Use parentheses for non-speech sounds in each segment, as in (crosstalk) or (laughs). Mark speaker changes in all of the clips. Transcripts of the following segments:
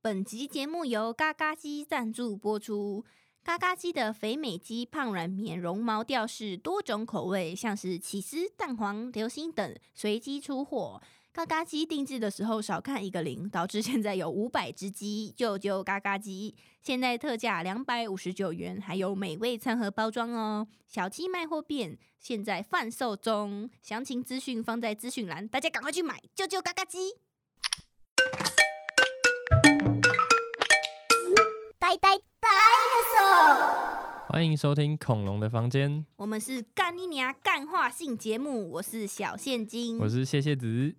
Speaker 1: 本集节目由嘎嘎鸡赞助播出。嘎嘎鸡的肥美鸡胖软绵绒毛吊饰多种口味，像是起司、蛋黄、流心等，随机出货。嘎嘎鸡定制的时候少看一个零，导致现在有五百只鸡，救救嘎嘎鸡！现在特价两百五十九元，还有美味餐盒包装哦。小鸡卖货店现在贩售中，详情资讯放在资讯栏，大家赶快去买，救救嘎嘎鸡！
Speaker 2: 呆呆 dinosaur，
Speaker 3: 欢迎收听《恐龙的房间
Speaker 1: 我们是干你娘干话性节目，我是小现》，金。
Speaker 3: 我是谢谢子，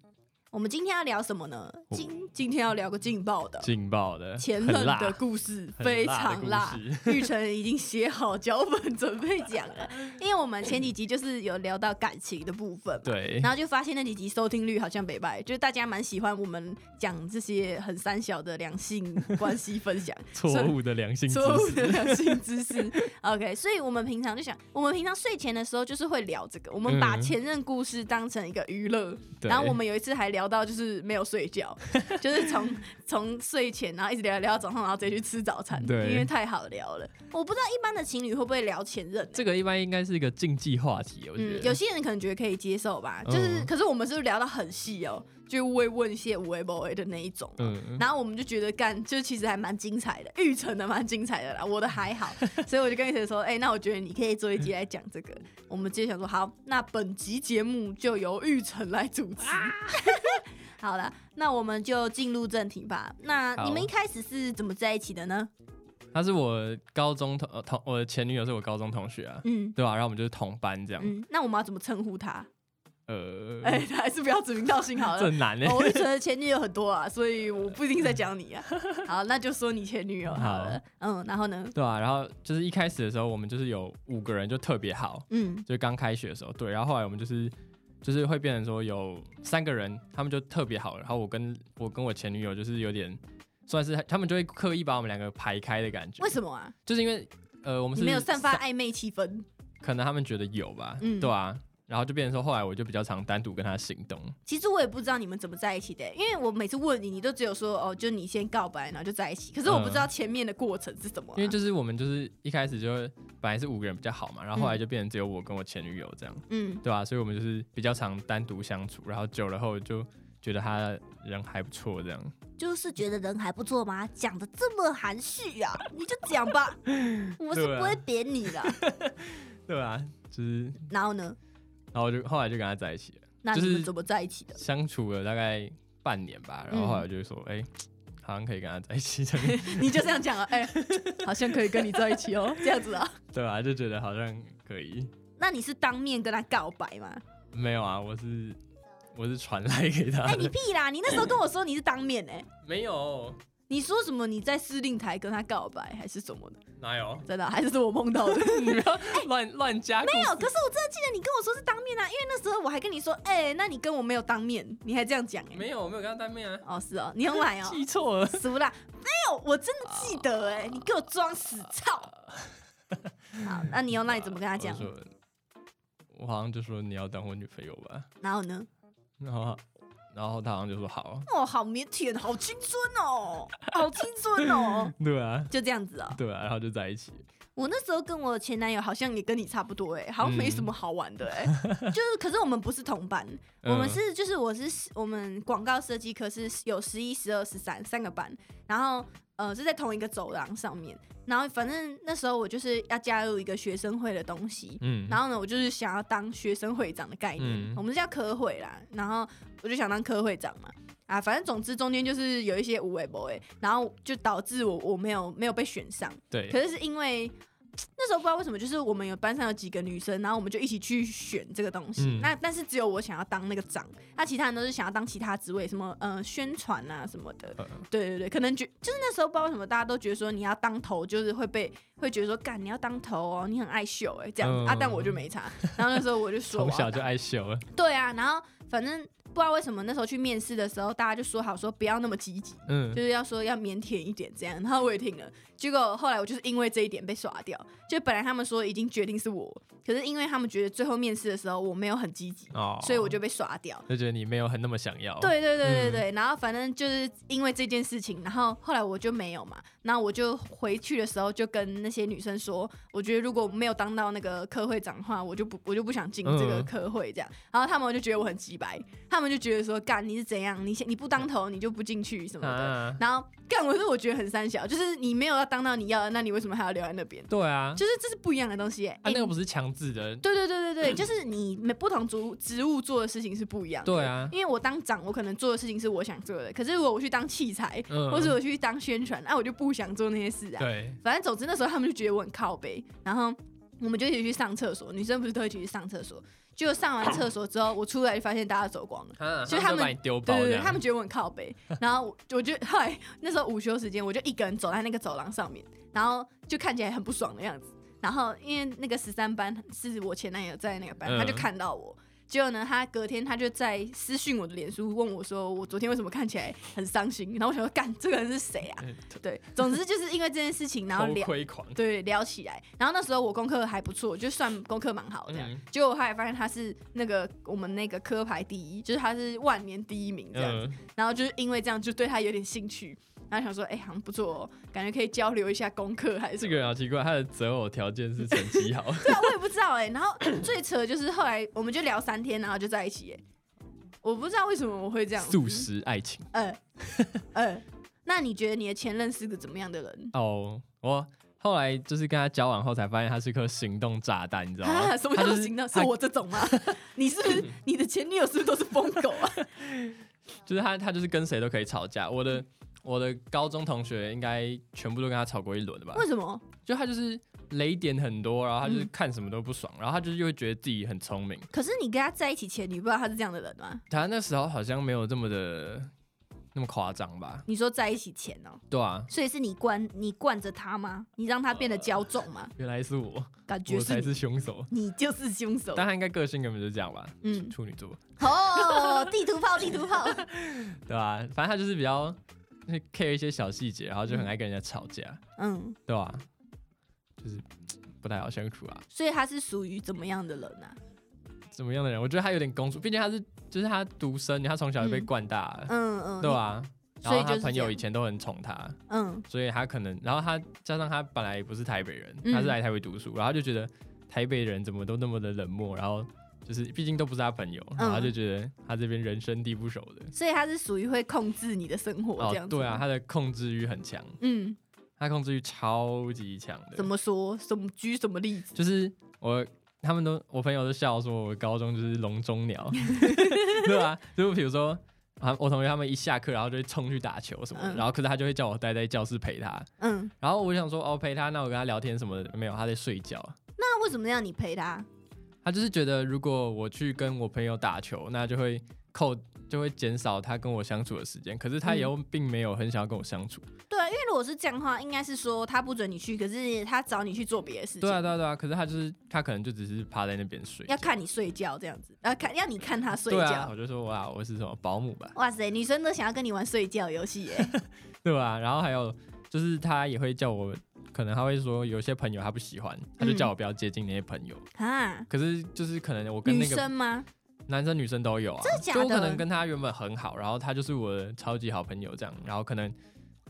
Speaker 1: 我们今天要聊什么呢？今今天要聊个劲爆的
Speaker 3: 劲爆的，
Speaker 1: 前
Speaker 3: 很
Speaker 1: 任
Speaker 3: 辣
Speaker 1: 的故事，
Speaker 3: 很
Speaker 1: 非
Speaker 3: 辣的
Speaker 1: 常
Speaker 3: 故
Speaker 1: 辣
Speaker 3: 事。
Speaker 1: 玉成已经写好脚本准备讲了， (laughs) 因为我们前几集就是有聊到感情的部分嘛，
Speaker 3: 对
Speaker 1: 然后就发 (laughs) 现那几集收听率好像北拜，就是大家蛮喜欢我们讲这些很三小的两性关系分享，
Speaker 3: 错误的良性知
Speaker 1: 错误
Speaker 3: 识，
Speaker 1: 的良性知
Speaker 3: (laughs)
Speaker 1: 识。OK，所以我们平常就想，我们平常睡前的时候就是会聊这个，我们把
Speaker 3: 嗯
Speaker 1: 前任故事当成一个娱乐。(laughs)
Speaker 3: 对
Speaker 1: 然后我们有一次还聊到就是没有睡
Speaker 3: (laughs)
Speaker 1: 觉，就是从从睡前然后一直聊聊到早上，然后直接去吃早餐，
Speaker 3: 对
Speaker 1: 因为太好聊了。我不知道一般的情侣会不会聊前任、欸
Speaker 3: 这个一般应该是一个禁忌话题，我觉
Speaker 1: 嗯，有
Speaker 3: 得。
Speaker 1: 些人可能觉得可以接受吧，就是，
Speaker 3: 嗯
Speaker 1: 可是我们是不是聊到很细哦，就会问一些无为不为的那一种、
Speaker 3: 嗯，
Speaker 1: 然后我们就觉得干，就其实还蛮精彩的，玉成的蛮精彩的啦，我的还 (laughs) 好，所以我就跟玉成说，哎、那我觉得你可以做一集来讲这个。我们直接想说，好，那本集节目就由玉成来主持。 (laughs) 好了，那我们就进入正题吧。那
Speaker 3: 好
Speaker 1: 你们一开始是怎么在一起的呢？
Speaker 3: 她是我高中同呃同我的前女友是我高中同学啊，
Speaker 1: 嗯
Speaker 3: 对吧？然后我们就是同班这样，
Speaker 1: 嗯，那我们要怎么称呼他？
Speaker 3: 呃，
Speaker 1: 哎、还是不要指名道姓好
Speaker 3: 这
Speaker 1: 了。
Speaker 3: 很难呢。欸
Speaker 1: 哦，我玉成的前女友很多啊，所以我不一定在讲你 (laughs) 啊。好，那就说你前女友好了。嗯，然后呢？
Speaker 3: (laughs) 对啊，然后就是一开始的时候，我们就是有五个人就特别好，
Speaker 1: 嗯
Speaker 3: 就刚开学的时候，对，然后后来我们就是就是会变成说有三个人，他们就特别好，然后我跟我跟我前女友就是有点算是他们就会刻意把我们两个排开的感觉，
Speaker 1: 为
Speaker 3: 么？
Speaker 1: 什么啊？
Speaker 3: 就是因为呃，我们
Speaker 1: 你
Speaker 3: 是
Speaker 1: 没有散发
Speaker 3: 三，
Speaker 1: 暧昧气氛，
Speaker 3: 可能他们觉得有吧，
Speaker 1: 嗯
Speaker 3: 对啊，然后就变成说后来我就比较常单独跟他行动，
Speaker 1: 其实我也不知道你们怎么在一起的、欸因为我每次问你，你都只有说哦，就你先告白，然后就在一起。可是我不知道前面的过程是什么啊、
Speaker 3: 嗯因为就是我们就是一开始就本来是五个人比较好嘛，然后后来就变成只有我跟我前女友这样，
Speaker 1: 嗯，
Speaker 3: 对啊，所以我们就是比较常单独相处，然后久了后就觉得他人还不错这样。
Speaker 1: 就是觉得人还不错嘛，讲的这么含蓄啊，你就讲吧，我是
Speaker 3: 对啊
Speaker 1: 不会扁你的。
Speaker 3: 对啊，就是，
Speaker 1: 然后呢？
Speaker 3: 然后就后来就跟他在一起了，
Speaker 1: 那
Speaker 3: 就
Speaker 1: 你
Speaker 3: 是
Speaker 1: 们怎么在一起的？
Speaker 3: 相处了大概半年吧，然后后来
Speaker 1: 嗯
Speaker 3: 就说，哎、好像可以跟他在一起，这
Speaker 1: (laughs)
Speaker 3: 样
Speaker 1: (laughs) 你就这样讲啊？哎、 (laughs) 好像可以跟你在一起哦，这样子啊？
Speaker 3: 对啊，就觉得好像可以。
Speaker 1: (laughs) 那你是当面跟他告白吗？
Speaker 3: 没有啊，我是我是传来给他
Speaker 1: 哎、
Speaker 3: 的， (laughs)
Speaker 1: 你屁啦！你那时候跟我说你是当面哎、
Speaker 3: 没有，
Speaker 1: (laughs) 你说什么？你在司令台跟他告白还是什么的？？
Speaker 3: 哪有
Speaker 1: (laughs) 真的啊还是是我梦到的？
Speaker 3: 你不要 (laughs) 乱乱加故
Speaker 1: 没有，
Speaker 3: 事。
Speaker 1: 可是我真的记得你跟我说是当面啊，因为那时候我还跟你说，哎、那你跟我没有当面，你还这样讲哎、
Speaker 3: 没有，我没有跟他当面啊，
Speaker 1: 哦，是哦，你很懒哦，
Speaker 3: 记错了。
Speaker 1: 俗啦，没有，我真的记
Speaker 3: 哦
Speaker 1: 得哎、你给我装死
Speaker 3: (laughs)
Speaker 1: 操！好，那你用那你怎么跟他讲
Speaker 3: 我？说我好像就说你要当我女朋友吧，
Speaker 1: 然后呢？
Speaker 3: 然后然后他好像就说好，
Speaker 1: 哦，好腼腆，好青春哦，好青春
Speaker 3: (laughs)
Speaker 1: 哦，
Speaker 3: 对啊，
Speaker 1: 就这样子哦。
Speaker 3: 对啊，然后就在一起。
Speaker 1: 我那时候跟我前男友好像也跟你差不多哎、好像没什
Speaker 3: 嗯
Speaker 1: 么好玩的哎、就是可是我们不是同班，我们
Speaker 3: 嗯
Speaker 1: 是就是我是十我们广告设计科是有十一、十二、十三三个班，然后呃是在同一个走廊上面，然后反正那时候我就是要加入一个学生会的东西。
Speaker 3: 嗯，
Speaker 1: 然后呢，我就是想要当学生会长的概念，
Speaker 3: 嗯
Speaker 1: 我们是叫科会啦。然后我就想当科会长嘛，啊，反正总之中间就是有一些无为不为，然后就导致我我没有没有被选上。
Speaker 3: 对，
Speaker 1: 可是是因为那时候不知道为什么，就是我们有班上有几个女生，然后我们就一起去选这个东西。
Speaker 3: 嗯
Speaker 1: 那但是只有我想要当那个长，那其他人都是想要当其他职位，什么呃宣传啊什么的。
Speaker 3: 呃
Speaker 1: 对对对，可能觉就是那时候不知道为什么，大家都觉得说你要当头，就是会被会觉得说干你要当头哦，你很爱秀哎、这样子、啊，
Speaker 3: 嗯 (laughs)
Speaker 1: 但我就没差。然后那时候我就说我啊
Speaker 3: 从
Speaker 1: 要
Speaker 3: 小就
Speaker 1: 当
Speaker 3: 爱秀了，
Speaker 1: 对啊，然后反正不知道为什么那时候去面试的时候，大家就说好说不要那么积极，
Speaker 3: (laughs) 嗯
Speaker 1: 就，是要说要腼腆一点这样，然后我也听了，结果后来我就是因为这一点被刷掉。就本来他们说已经决定是我，可是因为他们觉得最后面试的时候我没有很积极，
Speaker 3: 哦，
Speaker 1: 所以我就被刷掉。
Speaker 3: 就觉得你没有很那么想要，，
Speaker 1: 对对对对
Speaker 3: 嗯
Speaker 1: 对，然后反正就是因为这件事情，然后后来我就没有嘛，然后我就回去的时候就跟那些女生说，我觉得如果没有当到那个科会长的话，我就不我就不想进这个
Speaker 3: 嗯
Speaker 1: 科会这样，然后他们就觉得我很鸡白，他们就觉得说干你是怎样，你先你不当头你就不进去什么的，
Speaker 3: 啊，
Speaker 1: 然后干我是我觉得很三小，就是你没有要当到你要的，那你为什么还要留在那边？
Speaker 3: 对啊，
Speaker 1: 就是这是不一样的东西、欸，
Speaker 3: 啊，
Speaker 1: 欸
Speaker 3: 那个不是强制的，
Speaker 1: 对对对
Speaker 3: (clears throat)
Speaker 1: 对对，就是你每不同职务职务做的事情是不一样的。
Speaker 3: 对啊
Speaker 1: 因为我当长，我可能做的事情是我想做的，可是如果我去当器材，
Speaker 3: 嗯，
Speaker 1: 或者我去当宣传，啊那、我就不想做那些事啊。
Speaker 3: 对，
Speaker 1: 反正总之那时候他们就觉得我很靠背，然后我们就一起去上厕所，女生不是都一起去上厕所？结果上完厕所之后，我出来就发现大家走光了。
Speaker 3: 啊
Speaker 1: 所以
Speaker 3: 他
Speaker 1: 他们
Speaker 3: 就把你丢包
Speaker 1: 对对
Speaker 3: 这
Speaker 1: 对，
Speaker 3: 样，
Speaker 1: 他们觉得我很靠
Speaker 3: (laughs)
Speaker 1: 北，然后我我就后来那时候午休时间，我就一个人走在那个走廊上面，然后就看起来很不爽的样子。然后因为那个十三班是我前男友在那个班，
Speaker 3: 嗯
Speaker 1: 他就看到我。结果呢，他隔天他就在私讯我的脸书问我说，我昨天为什么看起来很伤心？然后我想说，干这个人是谁啊？
Speaker 3: 嗯
Speaker 1: 对，总之就是因为这件事情，然后
Speaker 3: 偷
Speaker 1: 聊
Speaker 3: 窥狂，
Speaker 1: 对聊起来。然后那时候我功课还不错，就算功课蛮好这样。
Speaker 3: 嗯
Speaker 1: 结果我后来发现他是那个我们那个科排第一，就是他是万年第一名这样子。
Speaker 3: 嗯，
Speaker 1: 然后就是因为这样就对他有点兴趣，然后想说，哎、好像不错哦，感觉可以交流一下功课还是什
Speaker 3: 这
Speaker 1: 么
Speaker 3: 个人好奇怪，他的择偶条件是成绩
Speaker 1: (laughs)
Speaker 3: 好，
Speaker 1: 对啊，我也不知道哎、然后最扯的就是后来我们就聊三天，然后就在一起哎、我不知道为什么我会这样。
Speaker 3: 素食爱情
Speaker 1: 呃呃，那你觉得你的前任是个怎么样的人？
Speaker 3: 哦，我。后来就是跟他交往后才发现他是颗行动炸弹，你知道吗
Speaker 1: 啊，？什么
Speaker 3: 他
Speaker 1: 叫做
Speaker 3: 就是
Speaker 1: 行动？是
Speaker 3: 他
Speaker 1: 我这种
Speaker 3: (laughs)
Speaker 1: 吗？你是不是你的前女友是不是都是疯狗啊？
Speaker 3: 就是他，他就是跟谁都可以吵架。我的我的高中同学应该全部都跟他吵过一轮
Speaker 1: (laughs)
Speaker 3: 吧？
Speaker 1: 为什么？
Speaker 3: 就他就是雷点很多，然后他就是
Speaker 1: 嗯
Speaker 3: 看什么都不爽，然后他就是又会觉得自己很聪明。
Speaker 1: 可是你跟他在一起前，你不知道他是这样的人吗？
Speaker 3: 他那时候好像没有这么的那么夸张吧？
Speaker 1: 你说在一起前哦、
Speaker 3: 对啊，
Speaker 1: 所以是你惯你惯着他吗？你让他变得骄纵吗？
Speaker 3: 原来是我，
Speaker 1: 感觉
Speaker 3: 我
Speaker 1: 是
Speaker 3: 才
Speaker 1: 你
Speaker 3: 是凶手。
Speaker 1: 你就是凶手。
Speaker 3: 但他应该个性根本就这样吧？
Speaker 1: 嗯，
Speaker 3: 处女座，
Speaker 1: (laughs) 哦，地图炮，地图炮。
Speaker 3: 对吧、反正他就是比较就是 care 一些小细节，然后就很爱跟人家吵架，
Speaker 1: 嗯，
Speaker 3: 对吧、就是嗯不太好相处啊。
Speaker 1: 所以他是属于怎么样的人啊？
Speaker 3: 怎么样的人？我觉得他有点公主，毕竟他是就是他独生，他从小就被惯大了，
Speaker 1: 嗯嗯，
Speaker 3: 对啊吧、然
Speaker 1: 所以
Speaker 3: 后
Speaker 1: 就是
Speaker 3: 他朋
Speaker 1: 这
Speaker 3: 友
Speaker 1: 样
Speaker 3: 以前都很宠他，
Speaker 1: 嗯
Speaker 3: 所以他可能，然后他加上他本来也不是台北人，
Speaker 1: 嗯
Speaker 3: 他是来台北读书，然后他就觉得台北人怎么都那么的冷漠，然后就是毕竟都不是他朋友，然后他
Speaker 1: 嗯
Speaker 3: 就觉得他这边人生地不熟的。
Speaker 1: 所以他是属于会控制你的生活这样子。
Speaker 3: 对啊，。他的控制欲很强，
Speaker 1: 嗯，
Speaker 3: 他控制欲超级强的。
Speaker 1: 怎么说？什么举什么例子？
Speaker 3: 就是我他们都我朋友都笑说我高中就是笼中
Speaker 1: (laughs)
Speaker 3: 鸟，对吧、就是比如说啊，我同学他们一下课然后就会冲去打球什么的，
Speaker 1: 嗯
Speaker 3: 然后可是他就会叫我待在教室陪他，
Speaker 1: 嗯，
Speaker 3: 然后我想说哦陪他，那我跟他聊天什么的，没有他在睡觉。
Speaker 1: 那为什么让你陪他？
Speaker 3: 他就是觉得，如果我去跟我朋友打球，那就会扣，就会减少他跟我相处的时间。可是
Speaker 1: 嗯
Speaker 3: 他也又并没有很想要跟我相处。
Speaker 1: 对啊，因为如果是这样的话，应该是说他不准你去，可是他找你去做别的事情。
Speaker 3: 对啊，对啊，对啊。可是他就是他可能就只是趴在那边睡觉。
Speaker 1: 要看你睡觉这样子，要看要你看他睡
Speaker 3: 对啊，
Speaker 1: 觉。
Speaker 3: 我就说哇，我是什么保姆吧， (laughs)
Speaker 1: 哇塞，女生都想要跟你玩睡觉游戏耶。
Speaker 3: 对吧、然后还有就是他也会叫我，可能他会说有些朋友他不喜欢，他就叫我不要接近那些朋友。
Speaker 1: 啊，
Speaker 3: 可是就是可能我跟
Speaker 1: 女
Speaker 3: 那个
Speaker 1: 生吗？
Speaker 3: 男生女生都有啊，
Speaker 1: 真的假的
Speaker 3: 就我可能跟他原本很好，然后他就是我的超级好朋友这样，然后可能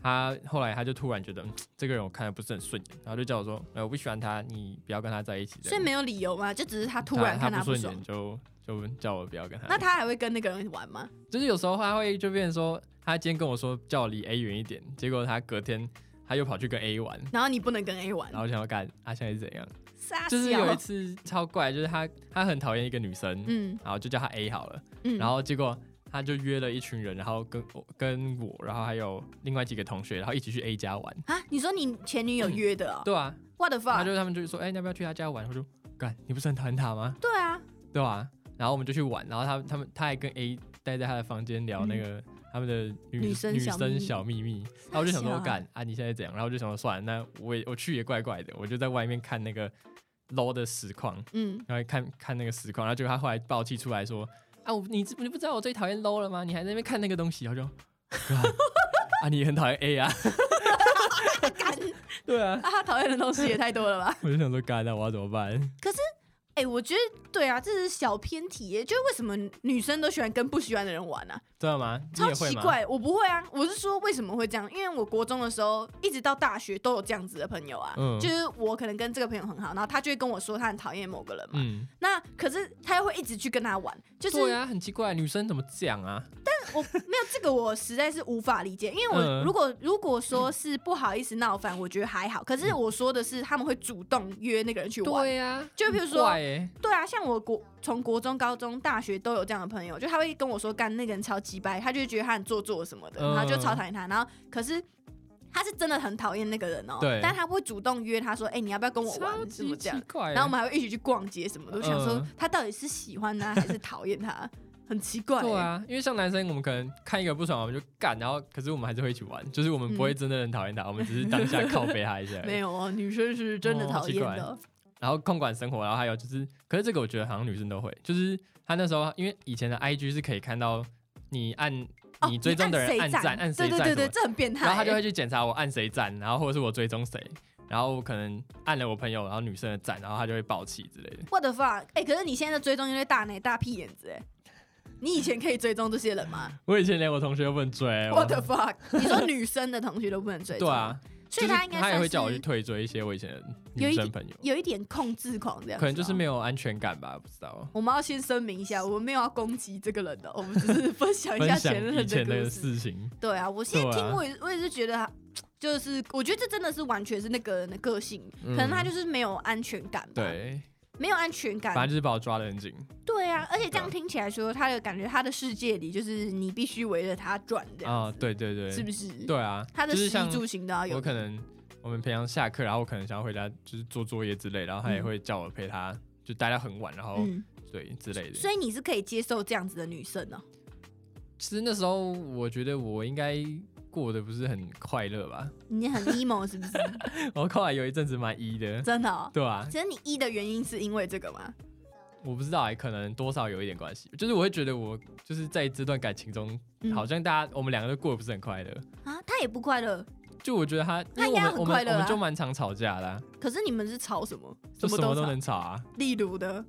Speaker 3: 他后来他就突然觉得嗯这个人我看的不是很顺眼，然后就叫我说，呃，我不喜欢他，你不要跟他在一起。这
Speaker 1: 所以
Speaker 3: 样
Speaker 1: 没有理由嘛，就只是他突然看
Speaker 3: 他
Speaker 1: 不
Speaker 3: 顺
Speaker 1: 爽
Speaker 3: 眼。就就叫我不要跟他。
Speaker 1: 那他还会跟那个人玩吗？
Speaker 3: 就是有时候他会就变成说，他今天跟我说叫我离 A 远一点，结果他隔天他又跑去跟 A 玩，
Speaker 1: 然后你不能跟 A 玩
Speaker 3: 然，后我想要干他现在是怎样？
Speaker 1: 傻
Speaker 3: 就是有一
Speaker 1: 小。
Speaker 3: 次超怪，就是他他很讨厌一个女生，
Speaker 1: 嗯
Speaker 3: 然后就叫他 A 好了。
Speaker 1: 嗯，
Speaker 3: 然后结果他就约了一群人，然后跟我跟我，然后还有另外几个同学，然后一起去 A 家玩。
Speaker 1: 啊，你说你前女友约的哦
Speaker 3: 对啊，
Speaker 1: ？What the
Speaker 3: 他就
Speaker 1: fuck？
Speaker 3: 他们就说，哎、你要不要去他家玩？我就干，你不是很讨厌他吗？
Speaker 1: 对啊，
Speaker 3: 对吧、然后我们就去玩，然后他他们他还跟 A 待在他的房间聊那个。他们的女
Speaker 1: 女生
Speaker 3: 嗯女
Speaker 1: 小秘密
Speaker 3: 生小秘密，然后我就想说
Speaker 1: 小
Speaker 3: 干啊，你现在怎样？然后我就想说算了，那我也我去也怪怪的，我就在外面看那个 low 的实况，
Speaker 1: 嗯，
Speaker 3: 然后看看那个实况，然后结果他后来爆气出来说，啊，我你知你不知道我最讨厌 low 了吗？你还在那边看那个东西，我就 God，啊，你也很讨厌 A 啊，
Speaker 1: 干
Speaker 3: (laughs) 对啊，
Speaker 1: 啊，他讨厌的东西也太多了吧？
Speaker 3: 我就想说，干，那我要怎么办？
Speaker 1: 哎、我觉得对啊，这是小偏题耶，就是为什么女生都喜欢跟不喜欢的人玩啊？
Speaker 3: 知道吗？你
Speaker 1: 超
Speaker 3: 也会
Speaker 1: 奇
Speaker 3: 吗？
Speaker 1: 怪，我不会啊。我是说为什么会这样？因为我国中的时候一直到大学都有这样子的朋友啊，
Speaker 3: 嗯
Speaker 1: 就是我可能跟这个朋友很好，然后他就会跟我说他很讨厌某个人嘛，
Speaker 3: 嗯，
Speaker 1: 那可是他又会一直去跟他玩，就是
Speaker 3: 对啊，很奇怪，女生怎么讲啊？
Speaker 1: 我没有这个，我实在是无法理解。因为我
Speaker 3: 嗯
Speaker 1: 如果如果说是不好意思闹翻，我觉得还好。可是我说的是他们会主动约那个人去玩，
Speaker 3: 对啊，
Speaker 1: 就比如说
Speaker 3: 很怪欸
Speaker 1: 对啊，像我国从国中、高中、大学都有这样的朋友，就他会跟我说干那个人超鸡掰，他就会觉得他很做作什么的，
Speaker 3: 嗯
Speaker 1: 然后就超讨厌他。然后可是他是真的很讨厌那个人哦、
Speaker 3: 对
Speaker 1: 但他不会主动约他说，哎、你要不要跟我
Speaker 3: 超
Speaker 1: 玩？怎
Speaker 3: 级
Speaker 1: 么这样
Speaker 3: 奇？怪欸，
Speaker 1: 然后我们还会一起去逛街什么的。我想说
Speaker 3: 嗯
Speaker 1: 他到底是喜欢他还是讨厌他，很奇怪、
Speaker 3: 对啊，因为像男生，我们可能看一个不爽，我们就干，然后可是我们还是会一起玩，就是我们
Speaker 1: 嗯
Speaker 3: 不会真的很讨厌他，我们只是当
Speaker 1: (laughs)
Speaker 3: 下靠背他一下而已。
Speaker 1: 没有哦，女生是真的
Speaker 3: 哦
Speaker 1: 讨厌
Speaker 3: 奇
Speaker 1: 的。
Speaker 3: 怪然后控管生活，然后还有就是，可是这个我觉得好像女生都会，就是她那时候因为以前的 IG 是可以看到你按
Speaker 1: 哦
Speaker 3: 你追踪的人
Speaker 1: 你
Speaker 3: 按
Speaker 1: 谁
Speaker 3: 赞，按谁
Speaker 1: 对
Speaker 3: 赞
Speaker 1: 对对
Speaker 3: 什
Speaker 1: 对，
Speaker 3: 么
Speaker 1: 这很变态欸。
Speaker 3: 然后她就会去检查我按谁赞，然后或者是我追踪谁，然后我可能按了我朋友然后女生的赞，然后她就会暴气之类的。
Speaker 1: what the fuck？哎、可是你现在的追踪因为大奶大屁眼子哎，你以前可以追踪这些人吗
Speaker 3: 我以前连我同学都不能追，我
Speaker 1: ？What the fuck？你说女生的同学都不能追踪，
Speaker 3: 对，啊，
Speaker 1: 所以
Speaker 3: 就是
Speaker 1: 他应该
Speaker 3: 她也
Speaker 1: 算
Speaker 3: 会叫我去
Speaker 1: 是
Speaker 3: 退追一些我以前的
Speaker 1: 有
Speaker 3: 女
Speaker 1: 一
Speaker 3: 生
Speaker 1: 点
Speaker 3: 朋友，
Speaker 1: 有一点控制狂这样子哦，
Speaker 3: 可能就是没有安全感吧，不知道。
Speaker 1: 我们要先声明一下，我们没有要攻击这个人的，我们只是分享一
Speaker 3: (laughs) 分
Speaker 1: 下
Speaker 3: 享
Speaker 1: 前
Speaker 3: 以
Speaker 1: 任
Speaker 3: 前
Speaker 1: 故
Speaker 3: 的
Speaker 1: 事。
Speaker 3: 事情，
Speaker 1: 对啊，我现在
Speaker 3: 对
Speaker 1: 听
Speaker 3: 啊
Speaker 1: 我也我也是觉得，就是我觉得这真的是完全是那个人的个性，可能他
Speaker 3: 嗯
Speaker 1: 就是没有安全感吧，，
Speaker 3: 对，
Speaker 1: 没有安全感，
Speaker 3: 反正就是把我抓得很紧。
Speaker 1: 对啊，而且这
Speaker 3: 对啊
Speaker 1: 样听起来说，他的感觉，他的世界里就是你必须围着他转这样，
Speaker 3: 啊，对对对，
Speaker 1: 是不是？
Speaker 3: 对啊，
Speaker 1: 他的
Speaker 3: 就是
Speaker 1: 食
Speaker 3: 像
Speaker 1: 衣住行都要有。
Speaker 3: 我可能我们平常下课，然后我可能想要回家就是做作业之类，然后他也
Speaker 1: 嗯
Speaker 3: 会叫我陪他，就待到很晚，然后、
Speaker 1: 嗯，
Speaker 3: 对之类的。
Speaker 1: 所以你是可以接受这样子的女生哦呢、
Speaker 3: 其实那时候我觉得我应该过得不是很快乐吧，
Speaker 1: 你很 emo 是不
Speaker 3: (laughs)
Speaker 1: 是？
Speaker 3: 我后来有一阵子蛮 E 的，
Speaker 1: 真的、哦？
Speaker 3: 对啊，
Speaker 1: 其实你一的原因是因为这个吗？
Speaker 3: 我不知道、欸，可能多少有一点关系，就是我会觉得我就是在这段感情中，
Speaker 1: 嗯
Speaker 3: 好像大家我们两个都过得不是很快乐。
Speaker 1: 啊，他也不快乐，
Speaker 3: 就我觉得他，因
Speaker 1: 那应
Speaker 3: 为
Speaker 1: 该
Speaker 3: 我们
Speaker 1: 很
Speaker 3: 我
Speaker 1: 快
Speaker 3: 们
Speaker 1: 乐
Speaker 3: 我们
Speaker 1: 啊
Speaker 3: 就蛮常吵架的啊、
Speaker 1: 可是你们是吵什么？
Speaker 3: 就什么
Speaker 1: 都
Speaker 3: 都
Speaker 1: 吵。
Speaker 3: 能吵啊。
Speaker 1: 例如的，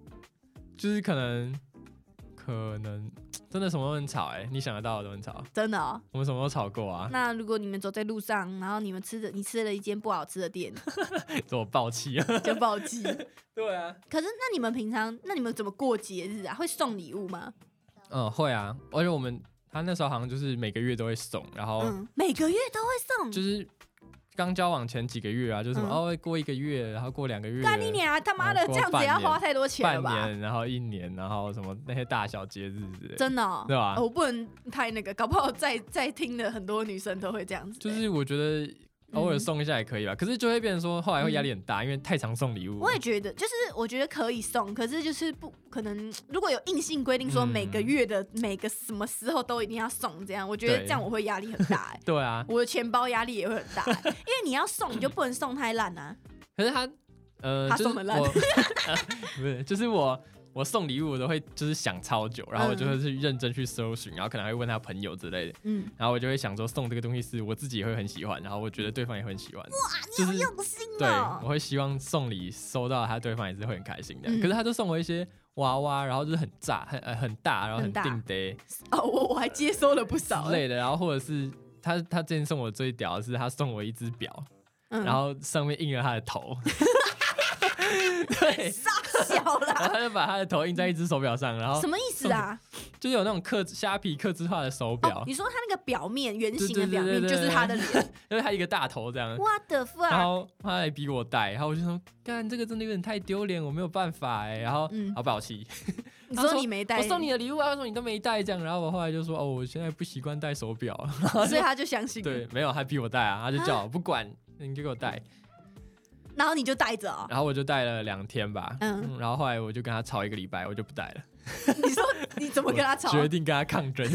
Speaker 3: 就是可能可能真的什么都很吵哎、你想得到的都很吵，
Speaker 1: 真的哦。
Speaker 3: 我们什么都吵过啊，
Speaker 1: 那如果你们走在路上，然后你们吃的你吃了一间不好吃的店，
Speaker 3: (laughs) 这我暴气啊。
Speaker 1: 就暴
Speaker 3: (laughs)
Speaker 1: 击。
Speaker 3: 对啊，
Speaker 1: 可是那你们平常，那你们怎么过节日啊？会送礼物吗？
Speaker 3: 嗯，会啊，而且我们他那时候好像就是每个月都会送，然后
Speaker 1: 嗯，每个月都会送。
Speaker 3: 哦就是刚交往前几个月啊，就是什么、
Speaker 1: 嗯
Speaker 3: 哦过一个月，然后过两个月，
Speaker 1: 干你娘！啊他妈的，
Speaker 3: 然后
Speaker 1: 这
Speaker 3: 过
Speaker 1: 样子也要花太多钱了
Speaker 3: 半
Speaker 1: 吧？
Speaker 3: 年，然后一年，然后什么那些大小节日之类的。
Speaker 1: 真的、哦，
Speaker 3: 对吧
Speaker 1: 我不能太那个，搞不好在在听的很多女生都会这样子、
Speaker 3: 就是我觉得偶
Speaker 1: 嗯
Speaker 3: 尔送一下也可以吧，可是就会变成说后来会压力很大，因为太常送礼物了。
Speaker 1: 我也觉得，就是我觉得可以送，可是就是不可能。如果有硬性规定说
Speaker 3: 嗯
Speaker 1: 每个月的每个什么时候都一定要送，这样我觉得
Speaker 3: 对，
Speaker 1: 这样我会压力很大、欸
Speaker 3: 对啊，
Speaker 1: 我的钱包压力也会很大欸、
Speaker 3: (laughs)
Speaker 1: 因为你要送，你就不能送太烂啊。
Speaker 3: 可是他，呃，
Speaker 1: 他
Speaker 3: 就是
Speaker 1: 送得烂
Speaker 3: 我 (laughs) 呃不是，就是我，我送礼物我都会就是想超久，然后我就会去认真去搜寻，然后可能还会问他朋友之类的，
Speaker 1: 嗯，
Speaker 3: 然后我就会想说送这个东西是我自己也会很喜欢，然后我觉得对方也会很喜欢，
Speaker 2: 你
Speaker 3: 就
Speaker 2: 好
Speaker 3: 是
Speaker 2: 用心
Speaker 3: 对，
Speaker 2: 哦
Speaker 3: 我！会希望送礼收到他对方也是会很开心的。
Speaker 1: 嗯
Speaker 3: 可是他就送我一些娃娃，然后就是很炸，很呃很大，然后
Speaker 1: 很
Speaker 3: 很
Speaker 1: 大
Speaker 3: 定得
Speaker 1: 哦，我我还接收了不少
Speaker 3: 之
Speaker 1: 欸，
Speaker 3: 类的，然后或者是。他他之前送我最屌的是他送我一只表，
Speaker 1: 嗯 (laughs)
Speaker 3: 然后上面印了他的头，对，
Speaker 1: 小
Speaker 3: (laughs)
Speaker 1: 啦，
Speaker 3: 然后他就把他的头印在一只手表上，然后
Speaker 1: 什么意思啊？
Speaker 3: 就是有那种刻虾皮刻字化的手表
Speaker 1: 哦，，你说他那个表面圆形的
Speaker 3: 对对对
Speaker 1: 表面
Speaker 3: 对
Speaker 1: 就
Speaker 3: 对
Speaker 1: 是他的脸，
Speaker 3: 就是他一个大头这样。
Speaker 1: 哇的 fuck！
Speaker 3: 然后他还逼我戴，然后我就说：“干，这个真的有点太丢脸，我没有办法哎。”然后
Speaker 1: 嗯
Speaker 3: 好不好气？
Speaker 1: 你
Speaker 3: 他
Speaker 1: 说
Speaker 3: 说
Speaker 1: 你没带，
Speaker 3: 我送你，的礼物，啊他说你都没戴这样。然后我后来就说：“哦，我现在不习惯戴手
Speaker 1: (laughs)
Speaker 3: 表。
Speaker 1: 所
Speaker 3: (laughs)
Speaker 1: 以他就相信。
Speaker 3: 对，，没有，他逼我戴啊，他就叫我不管，你就给我戴。
Speaker 1: 啊然后你就带着哦。
Speaker 3: 然后我就戴了两天吧，
Speaker 1: 嗯
Speaker 3: 嗯，然后后来我就跟他吵一个礼拜，我就不戴了。
Speaker 1: 你说你怎么跟他吵
Speaker 3: 我？决定跟他
Speaker 1: (laughs)
Speaker 3: 抗争。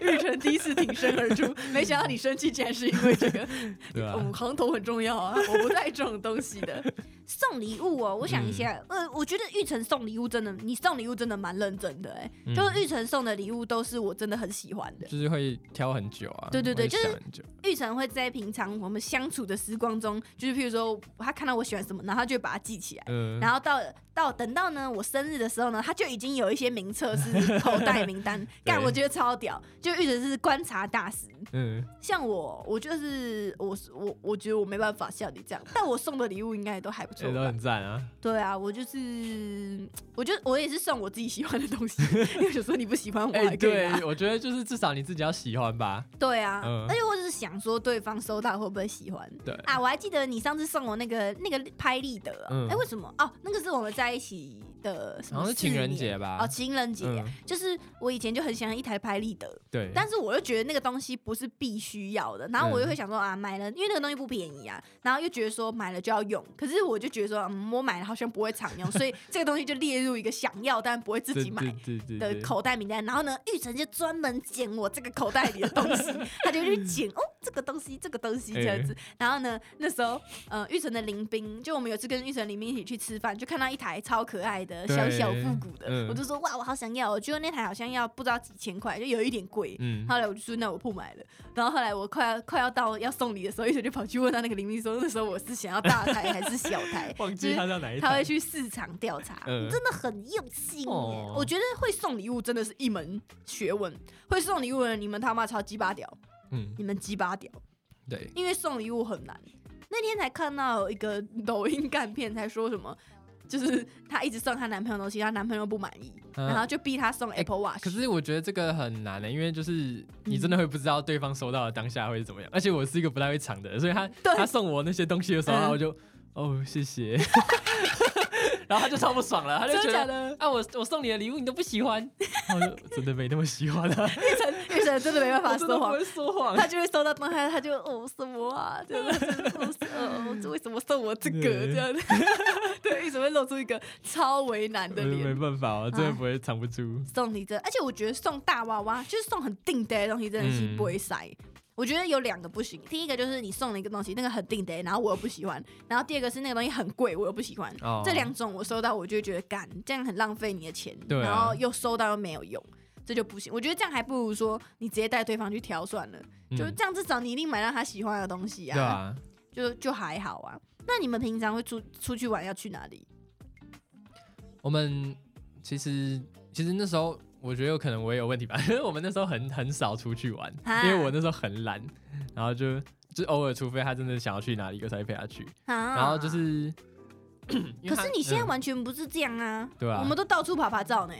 Speaker 1: 玉成第一次挺身而出，没想到你生气竟然是因为这个。
Speaker 3: (laughs) 对啊
Speaker 1: 嗯，行头很重要啊，我不带这种东西的。 (laughs) 送礼物哦，我想一下，
Speaker 3: 嗯
Speaker 1: 呃，我觉得玉成送礼物真的，你送礼物真的蛮认真的哎、
Speaker 3: 嗯
Speaker 1: 就是玉成送的礼物都是我真的很喜欢的。
Speaker 3: 就是会挑很久啊，
Speaker 1: 对对对
Speaker 3: 会
Speaker 1: 就是
Speaker 3: 想很久，
Speaker 1: 玉成会在平常我们相处的时光中，就是譬如说他看到我喜欢什么，然后他就会把它记起来。
Speaker 3: 嗯，
Speaker 1: 然后到到等到呢，我生日的时候呢，他就已经有一些名册是口袋名单， (laughs) 干
Speaker 3: 对
Speaker 1: 我觉得超屌，就玉成是观察大师。
Speaker 3: 嗯，
Speaker 1: 像我，我就是我我我觉得我没办法像你这样，但我送的礼物应该也都还不错
Speaker 3: 这都
Speaker 1: 吧。
Speaker 3: 很赞啊，
Speaker 1: 对啊，我就是，我就我也是送我自己喜欢的东西，因为有时候你不喜欢 (laughs) 我
Speaker 3: 哎、
Speaker 1: 还可以啊
Speaker 3: 对
Speaker 1: 拿。，
Speaker 3: 我觉得就是至少你自己要喜欢吧，
Speaker 1: 对啊，
Speaker 3: 嗯
Speaker 1: 而且我只是想说对方收到会不会喜欢。
Speaker 3: 对
Speaker 1: 啊，我还记得你上次送我那个那个拍立得啊，哎、
Speaker 3: 嗯
Speaker 1: 为什么？哦，那个是我们在一起的什
Speaker 3: 好
Speaker 1: 么
Speaker 3: 像是
Speaker 1: 四
Speaker 3: 情人
Speaker 1: 年
Speaker 3: 节吧
Speaker 1: 哦，情人节、
Speaker 3: 嗯，
Speaker 1: 就是我以前就很想要一台拍立得，
Speaker 3: 对，
Speaker 1: 哦但是我又觉得那个东西不是必须要的，然后我
Speaker 3: 嗯
Speaker 1: 又会想说啊，买了，因为那个东西不便宜啊，然后又觉得说买了就要用，可是我就觉得说，嗯，我买了好像不会常用，所以这个东西就列入一个想要但不会自己买
Speaker 3: 对对对
Speaker 1: 的
Speaker 3: 对，
Speaker 1: 口袋名单，然后呢，玉成就专门捡我这个口袋里的东西，他就去捡哦，这个东西，这个东西这样子。
Speaker 3: 嗯
Speaker 1: 然后呢，那时候呃，玉成的林兵，就我们有次跟玉成林兵一起去吃饭，就看到一台超可爱的
Speaker 3: 对
Speaker 1: 小小复古的，
Speaker 3: 嗯
Speaker 1: 我就说哇，我好想要哦，结果那台好像要不知道几千块，就有一点贵。
Speaker 3: 嗯，？
Speaker 1: 后来我就说那我不买了，然后后来我快要快要到要送礼的时候，玉成就跑去问他那个林兵说，那时候我是想要大台还是小台 (laughs)
Speaker 3: 忘记他叫哪一
Speaker 1: 他会
Speaker 3: 台，
Speaker 1: 去市场调查，
Speaker 3: 嗯
Speaker 1: 真的很用心耶、
Speaker 3: 哦
Speaker 1: 我觉得会送礼物真的是一门学问，会送礼物的人，你们他妈超鸡巴屌，
Speaker 3: 嗯，
Speaker 1: 你们鸡巴屌，
Speaker 3: 对，
Speaker 1: 因为送礼物很难。那天才看到一个抖音干片，才说什么。就是她一直送她男朋友东西，她男朋友不满意，
Speaker 3: 嗯
Speaker 1: 然后就逼她送 Apple Watch、
Speaker 3: 可是我觉得这个很难的、欸因为就是你
Speaker 1: 嗯
Speaker 3: 真的会不知道对方收到的当下会是怎么样，而且我是一个不太会藏的人，所以他
Speaker 1: 对
Speaker 3: 他送我那些东西的时候，
Speaker 1: 嗯
Speaker 3: 然后我就、哦谢谢， (laughs) 然后他就超不爽了，他就
Speaker 1: 真
Speaker 3: 觉
Speaker 1: 的假
Speaker 3: 得。
Speaker 1: 的？
Speaker 3: 啊，我我送你的礼物你都不喜欢， (laughs) 然后我就真的没那么喜欢啊，
Speaker 1: 玉成，玉成真的没办
Speaker 3: 我
Speaker 1: 法
Speaker 3: 真的
Speaker 1: 说
Speaker 3: 不
Speaker 1: 谎，
Speaker 3: 会说谎
Speaker 1: 他。就会收到东西，他就哦什么啊，这样子，哦哦，为什么送我这个
Speaker 3: 对
Speaker 1: 这样 (laughs) 子？对，一直会露出一个超为难的
Speaker 3: 我没
Speaker 1: 脸。
Speaker 3: 办法啊，真的
Speaker 1: 哎
Speaker 3: 不会藏不住。
Speaker 1: 送你这，而且我觉得送大娃娃就是送很定呆的东西，真的是
Speaker 3: 嗯
Speaker 1: 不会塞。我觉得有两个不行，第一个就是你送了一个东西，那个很定呆，然后我又不喜欢；然后第二个是那个东西很贵，我又不喜欢。
Speaker 3: 哦
Speaker 1: 这两种我收到，我就会觉得干，这样很浪费你的钱，
Speaker 3: 对啊
Speaker 1: 然后又收到又没有用，这就不行。我觉得这样还不如说你直接带对方去挑算了。就是
Speaker 3: 嗯
Speaker 1: 这样，至少你一定买到他喜欢的东西
Speaker 3: 对啊，
Speaker 1: 就就还好啊。那你们平常会出出去玩要去哪里？
Speaker 3: 我们其实其实那时候我觉得有可能我也有问题吧， (laughs) 因为我们那时候很很少出去玩，
Speaker 1: 啊
Speaker 3: 因为我那时候很懒，然后就就偶尔，除非他真的想要去哪里，我才会陪他去。
Speaker 1: 啊
Speaker 3: 然后就，是， (clears throat) 因为
Speaker 1: 可
Speaker 3: 他
Speaker 1: 是你现在
Speaker 3: 嗯
Speaker 1: 完全不是这样啊，
Speaker 3: 对啊
Speaker 1: 我们都到处爬爬照呢。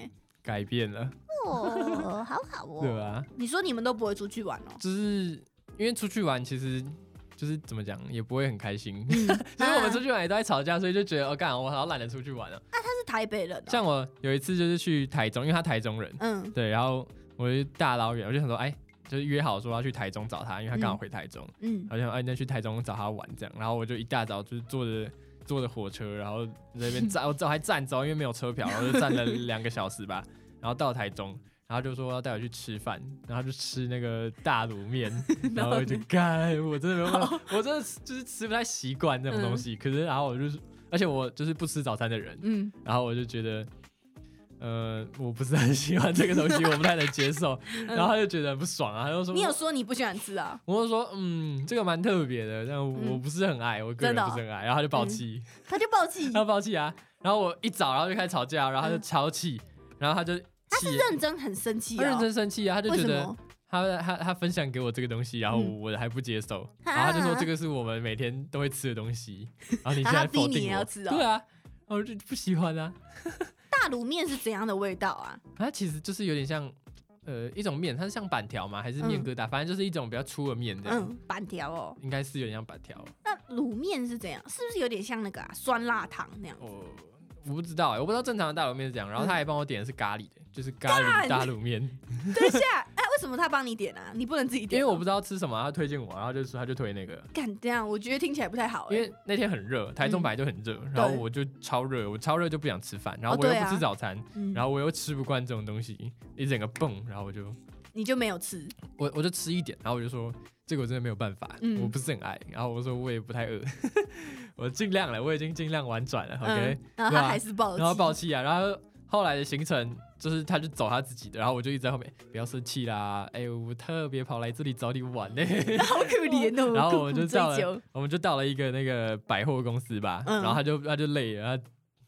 Speaker 3: 改变了，
Speaker 1: 哦，好好
Speaker 3: 对吧、
Speaker 1: 哦。你说你们都不会出去玩
Speaker 3: (laughs)
Speaker 1: 哦？
Speaker 3: 就是因为出去玩，其实就是怎么讲，也不会很开心。
Speaker 1: 嗯，
Speaker 3: 其实我们出
Speaker 1: 啊
Speaker 3: 去玩也都在吵架，所以就觉得哦，干，我好懒得出去玩啊了、
Speaker 1: 他是台北人哦，
Speaker 3: 像我有一次就是去台中，因为他台中人，
Speaker 1: 嗯
Speaker 3: 对，然后我就大老远，我就想说，哎，就是约好说要去台中找他，因为他刚好
Speaker 1: 嗯
Speaker 3: 回台中，
Speaker 1: 嗯
Speaker 3: 然后就想，哎，那去台中找他玩这样。然后我就一大早就是坐着坐着火车，然后在那边站，我这还站着，因为没有车票，然后就站了两个小时吧。然后到台中，然后就说要带我去吃饭，然后就吃那个大卤面，然后我就干，我真的没有办法，我真的就是吃不太习惯这种东西。可是然后我就是，而且我就是不吃早餐的人，
Speaker 1: 嗯，
Speaker 3: 然后我就觉得，呃，我不是很喜欢这个东西，我不太能
Speaker 1: (laughs)
Speaker 3: 接受。然后他就觉得很不爽啊，他就说，
Speaker 1: 嗯你有说你不喜欢吃啊？
Speaker 3: 我就说，嗯，这个蛮特别的，但我
Speaker 1: 嗯
Speaker 3: 不是很爱，我个
Speaker 1: 真
Speaker 3: 人
Speaker 1: 的哦
Speaker 3: 不是很爱。然后他就爆气，
Speaker 1: 他就暴气，
Speaker 3: 他爆气啊。然后我一早，然后就开始吵架，然后他就
Speaker 1: 嗯
Speaker 3: 超气，然后他就
Speaker 1: (laughs) 他
Speaker 3: 气
Speaker 1: 是
Speaker 3: 了，
Speaker 1: 认真很生气
Speaker 3: 他认
Speaker 1: 啊。
Speaker 3: 真生气啊，他就
Speaker 1: 为
Speaker 3: 觉
Speaker 1: 什
Speaker 3: 得
Speaker 1: 么？
Speaker 3: 他他他分享给我这个东西，然后
Speaker 1: 嗯
Speaker 3: 我还不接受，然后他就说
Speaker 1: 啊
Speaker 3: 这个是我们每天都会吃的东西，然后你
Speaker 1: 啊
Speaker 3: 现在
Speaker 1: 他逼
Speaker 3: 否
Speaker 1: 你
Speaker 3: 定
Speaker 1: 也
Speaker 3: 我，
Speaker 1: 要吃哦
Speaker 3: 对啊，然后我就不喜欢啊。
Speaker 1: 大卤面是怎样的味道啊？
Speaker 3: 它其实就是有点像，呃，一种面，它是像板条吗？还是面
Speaker 1: 嗯
Speaker 3: 疙瘩？反正就是一种比较粗的面这样，
Speaker 1: 嗯，板条哦。
Speaker 3: 应该是有点像板条。
Speaker 1: 那卤面是怎样？是不是有点像那个啊酸辣汤那样？
Speaker 3: 哦，我不知道、欸，我不知道正常的大卤面是这样。然
Speaker 1: 嗯
Speaker 3: 后他还帮我点的是咖喱的，就是咖
Speaker 1: 干
Speaker 3: 喱大卤面，
Speaker 1: (laughs) 等一下，哎，为什么他帮你点啊？你不能自己
Speaker 3: 因
Speaker 1: 点
Speaker 3: 为
Speaker 1: 哦？
Speaker 3: 我不知道吃什么，他推荐我，然后就说他就推那个。
Speaker 1: 干这样，我觉得听起来不太好、欸。
Speaker 3: 因为那天很热，台中
Speaker 1: 嗯
Speaker 3: 本来就很热，然后
Speaker 1: 对
Speaker 3: 我就超热，我超热就不想吃饭，然后
Speaker 1: 哦
Speaker 3: 我又
Speaker 1: 对
Speaker 3: 不
Speaker 1: 啊
Speaker 3: 吃早餐，
Speaker 1: 嗯
Speaker 3: 然后我又吃不惯这种东西，一整个蹦，然后我就
Speaker 1: 你就没有吃，
Speaker 3: 我我就吃一点，然后我就说这个我真的没有办法，
Speaker 1: 嗯
Speaker 3: 我不是很爱，然后我说我也不太饿， (laughs) 我尽量了，我已经尽量婉转了
Speaker 1: 嗯，
Speaker 3: ，OK、
Speaker 1: 然后
Speaker 3: 对
Speaker 1: 他
Speaker 3: 啊
Speaker 1: 还是暴
Speaker 3: 然后
Speaker 1: 气，
Speaker 3: 爆气啊，然后后来的行程就是他就走他自己的，然后我就一直在后面，不要生气啦，哎、我特别跑来这里找你玩呢、 (laughs)
Speaker 1: 好可怜哦。
Speaker 3: 然后
Speaker 1: 苦
Speaker 3: 我们
Speaker 1: 苦
Speaker 3: 就
Speaker 1: 追
Speaker 3: 到了
Speaker 1: 究
Speaker 3: 我们就到了一个那个百货公司吧，
Speaker 1: 嗯
Speaker 3: 然后他就他就累了，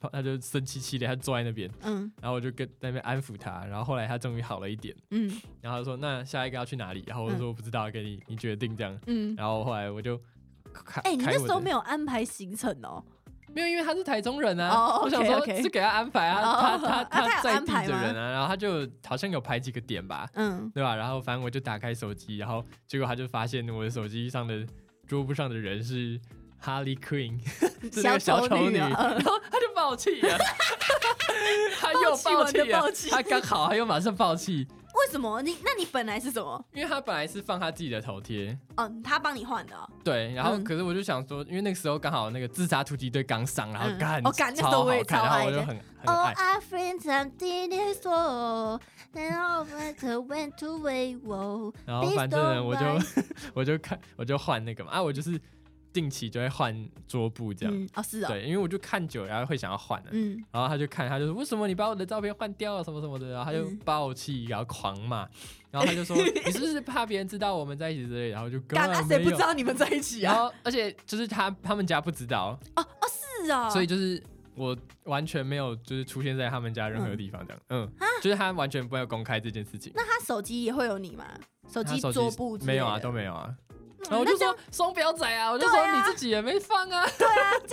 Speaker 3: 他他就生气气的，他坐在那边，
Speaker 1: 嗯
Speaker 3: 然后我就跟在那边安抚他，然后后来他终于好了一点，
Speaker 1: 嗯
Speaker 3: 然后他说那下一个要去哪里？然后我就说不知道，给你你决定这样。
Speaker 1: 嗯。
Speaker 3: 然后后来我就开，
Speaker 1: 哎，你那时候没
Speaker 3: 有
Speaker 1: 有安排行程哦？
Speaker 3: 没有，因为他是台中人啊，
Speaker 1: 哦
Speaker 3: 我想
Speaker 1: OK，
Speaker 3: 说
Speaker 1: OK
Speaker 3: 是给他安排啊，
Speaker 1: 哦
Speaker 3: 他
Speaker 1: 啊
Speaker 3: 他
Speaker 1: 他有
Speaker 3: 在
Speaker 1: 安
Speaker 3: 地
Speaker 1: 排
Speaker 3: 的
Speaker 1: 吗
Speaker 3: 人啊，然后他就好像有排几个点吧，
Speaker 1: 嗯，
Speaker 3: 对吧？然后反正我就打开手机，然后结果他就发现我的手机上的桌布上的人是 Harley Quinn，是 (laughs) 那个小丑
Speaker 1: 女啊，
Speaker 3: 然后他就爆气了， (laughs) 他又
Speaker 1: 爆
Speaker 3: 爆
Speaker 1: 气
Speaker 3: 气
Speaker 1: 完的
Speaker 3: 了
Speaker 1: 爆气，
Speaker 3: 他刚好他又马上爆气，
Speaker 1: 为什么？你那你本来是什么？
Speaker 3: 因为他本来是放他自己的头贴，
Speaker 1: 嗯，他帮你换的哦。
Speaker 3: 对，然后
Speaker 1: 嗯
Speaker 3: 可是我就想说，因为那个时候刚好那个自杀突击队刚上，然后
Speaker 1: 嗯
Speaker 3: 干，
Speaker 1: 哦干那时候
Speaker 3: 超
Speaker 1: 我也
Speaker 3: 好看，
Speaker 1: 超
Speaker 3: 然
Speaker 1: 爱
Speaker 3: 后我就
Speaker 1: 的哦
Speaker 3: 很很
Speaker 2: All
Speaker 3: 爱。
Speaker 2: 哦 our friends have did it so, then all went to went to (laughs) way woe.
Speaker 3: 然后
Speaker 2: Please
Speaker 3: 反正
Speaker 2: don't
Speaker 3: 呢我就 (laughs) 我就看我就换那个嘛，啊，我就是定期就会换桌布这样，
Speaker 1: 嗯，哦是哦，
Speaker 3: 对，因为我就看久了，然后会想要换的。啊
Speaker 1: 嗯
Speaker 3: 然后他就看，他就说为什么你把我的照片换掉啊了什么什么的，然后他就
Speaker 1: 嗯
Speaker 3: 爆气，然后狂骂，然后
Speaker 1: (laughs)
Speaker 3: 他就说你是不是怕别人知道我们在一起之类的，然后就根
Speaker 1: 干那
Speaker 3: 本
Speaker 1: 谁
Speaker 3: 没
Speaker 1: 不知
Speaker 3: 有。
Speaker 1: 道你们在一起
Speaker 3: 然
Speaker 1: 啊？
Speaker 3: 后而且就是他他们家不知道，
Speaker 1: 是哦，
Speaker 3: 所以就是我完全没有就是出现在他们家任何地方这样，嗯，
Speaker 1: 啊
Speaker 3: 就是他完全没有公开这件事情，
Speaker 1: 那他手机也会有你吗？手
Speaker 3: 他
Speaker 1: 机
Speaker 3: 手
Speaker 1: 桌布之
Speaker 3: 没有
Speaker 1: 类
Speaker 3: 啊，
Speaker 1: 的
Speaker 3: 都没有啊。
Speaker 1: 嗯
Speaker 3: 然后我
Speaker 1: 那
Speaker 3: 就
Speaker 1: 这样
Speaker 3: 说双表仔啊，我就
Speaker 1: 对
Speaker 3: 说
Speaker 1: 啊
Speaker 3: 你自己也没放啊，
Speaker 1: 这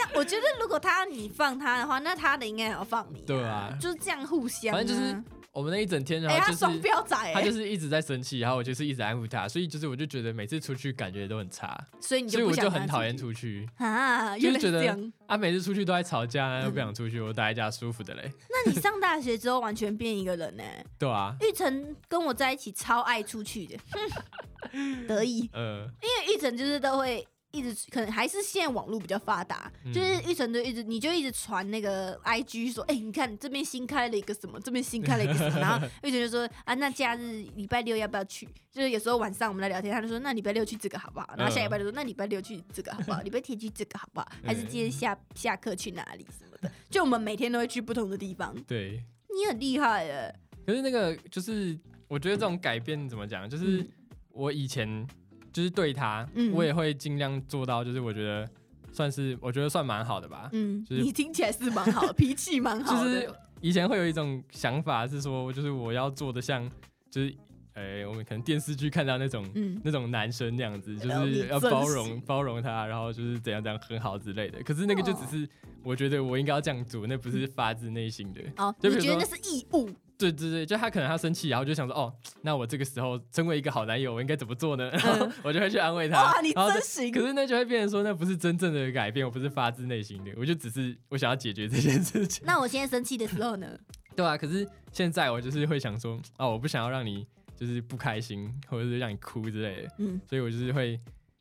Speaker 1: 样，我觉得如果他你放他的话，那他的应该也要放你。
Speaker 3: 对啊
Speaker 1: 就是这样互相啊。
Speaker 3: 反正就是我们那一整天，然
Speaker 1: 哎，
Speaker 3: 后
Speaker 1: 他
Speaker 3: 就是
Speaker 1: 双标仔
Speaker 3: 他就
Speaker 1: 哎，
Speaker 3: 是一直在生气，然后我就是一直安抚他，所以就是我就觉得每次出去感觉都很差，
Speaker 1: 所以你
Speaker 3: 所以
Speaker 1: 不
Speaker 3: 我
Speaker 1: 想
Speaker 3: 就
Speaker 1: 跟他
Speaker 3: 很讨厌
Speaker 1: 出
Speaker 3: 出去
Speaker 1: 去啊，
Speaker 3: 就
Speaker 1: 原
Speaker 3: 是
Speaker 1: 来
Speaker 3: 觉
Speaker 1: 是这
Speaker 3: 得
Speaker 1: 样。
Speaker 3: 啊，每次出去都在吵架，又不想出去，我待在家舒服的嘞，
Speaker 1: 那你上大学之后完全变一个人呢？欸
Speaker 3: 对啊，
Speaker 1: 玉成跟我在一起超爱出去的， (laughs) 哼得意。
Speaker 3: 呃，
Speaker 1: 因为玉成就是都会一直，可能还是现在网络比较发达，
Speaker 3: 嗯
Speaker 1: 就是玉成就一直你就一直传那个 IG 说，哎、你看这边新开了一个什么，这边新开了一个什么，然
Speaker 3: (laughs)
Speaker 1: 后玉成就说啊，那假日礼拜六要不要去？就是有时候晚上我们来聊天，他就说那礼拜六去这个好不好？然后下礼拜就说那礼拜六去这个好
Speaker 3: 嗯
Speaker 1: 不好？礼拜天去这个好不好？还是今天下下课去哪里什么的？就我们每天都会去不同的地方，
Speaker 3: 对，
Speaker 1: 你很厉害哎、
Speaker 3: 可是那个就是，我觉得这种改变怎么讲，就是
Speaker 1: 嗯
Speaker 3: 我以前就是对他，
Speaker 1: 嗯
Speaker 3: 我也会尽量做到，就是我觉得算是我觉得算蛮好的吧。
Speaker 1: 嗯，
Speaker 3: 就是
Speaker 1: 你听起来是蛮好的，脾气蛮好
Speaker 3: 就
Speaker 1: 的，
Speaker 3: 是以前会有一种想法是说，就是我要做的像，就是哎、我们可能电视剧看到那种。
Speaker 1: 嗯，
Speaker 3: 那种男生那样子，就
Speaker 1: 要你
Speaker 3: 是要
Speaker 1: 珍
Speaker 3: 包
Speaker 1: 惜
Speaker 3: 容包容他，然后就是怎样怎样很好之类的。可是那个就只
Speaker 1: 哦
Speaker 3: 是，我觉得我应该要这样做，那不是发自内心的。
Speaker 1: 哦，
Speaker 3: 就
Speaker 1: 你
Speaker 3: 比
Speaker 1: 觉
Speaker 3: 如
Speaker 1: 得那
Speaker 3: 说
Speaker 1: 是义务？
Speaker 3: 对对对，就他可能他生气，然后就想说，哦，那我这个时候身为一个好男友，我应该怎么做呢？
Speaker 1: 嗯
Speaker 3: 然后我就会去安慰
Speaker 1: (laughs)
Speaker 3: 他。
Speaker 1: 哇，啊你
Speaker 3: 然后
Speaker 1: 真
Speaker 3: 这
Speaker 1: 行！
Speaker 3: 可是那就会变成说，那不是真正的改变，我不是发自内心的，我就只是我想要解决这件事情。
Speaker 1: 那我现在生气的时候呢？
Speaker 3: 对啊，可是现在我就是会想说，哦，我不想要让你就是不开心，或者是让你哭之类的，
Speaker 1: 嗯，
Speaker 3: 所以我就是会，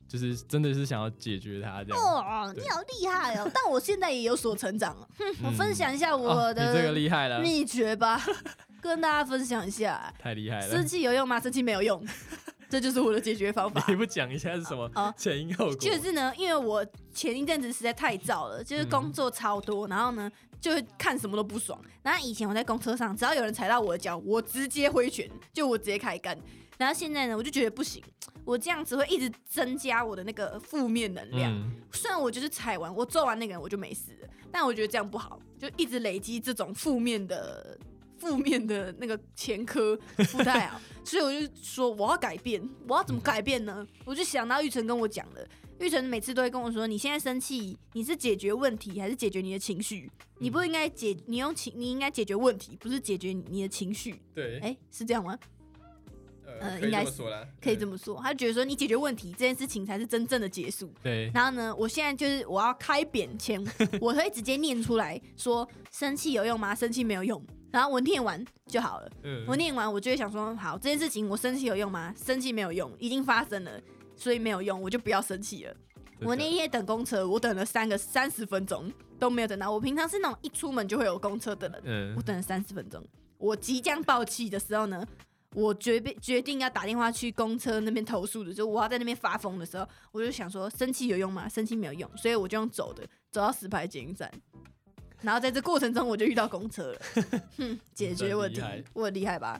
Speaker 3: 就是真的是想要解决他这样。
Speaker 1: 哦，
Speaker 3: (laughs) 对
Speaker 1: 你好厉害哦！但我现在也有所成长了。哼， (laughs) 我
Speaker 3: 嗯
Speaker 1: 分享一下我
Speaker 3: 哦你这个
Speaker 1: 的
Speaker 3: 厉害了，
Speaker 1: 秘诀吧，跟大家分享一下。
Speaker 3: 太厉害了
Speaker 1: 生！气有用吗？生气没有用，这就是我的解决
Speaker 3: (laughs)
Speaker 1: 方法。
Speaker 3: 你不讲一下是什么
Speaker 1: 哦
Speaker 3: 前因后果？嗯
Speaker 1: 就是呢，因为我前一阵子实在太燥了，就是工作超多，然后呢就会看什么都不爽。然后以前我在公车上，只要有人踩到我的脚，我直接挥拳，就我直接开干。然后现在呢，我就觉得不行，我这样子会一直增加我的那个负面能量。
Speaker 3: 嗯，
Speaker 1: 虽然我就是踩完，我揍完那个人我就没事了，但我觉得这样不好，就一直累积这种负面的。负面的那个前科不太好，所以我就说我要改变，我要怎么改变呢？我就想到玉成跟我讲的，玉成每次都会跟我说，你现在生气，你是解决问题还是解决你的情绪？你不应该解，你用情，你应该解决问题，不是解决你的情绪。
Speaker 3: 对，
Speaker 1: 哎、是这样吗？呃可以应该这么是说
Speaker 3: 啦，
Speaker 1: 可以这么说，他觉得说你解决问题这件事情才是真正的结束。
Speaker 3: 对，
Speaker 1: 然后呢，我现在就是我要开扁前，我会直接念出来说：生气有用吗？生气没有用。然后我念完就好了。
Speaker 3: 嗯
Speaker 1: 我念完，我就会想说：好，这件事情我生气有用吗？生气没有用，已经发生了，所以没有用，我就不要生气了。我那一天等公车，我等了三个三十分钟都没有等到。我平常是那种一出门就会有公车的人，
Speaker 3: 嗯
Speaker 1: 我等了三十分钟。我即将爆气的时候呢，我决定决定要打电话去公车那边投诉的，就我要在那边发疯的时候，我就想说生气有用吗？生气没有用，所以我就用走的，走到石牌捷运站。然后在这过程中，我就遇到公车了， (laughs) 哼，解决问题
Speaker 3: 真厉害，
Speaker 1: 我很厉害吧？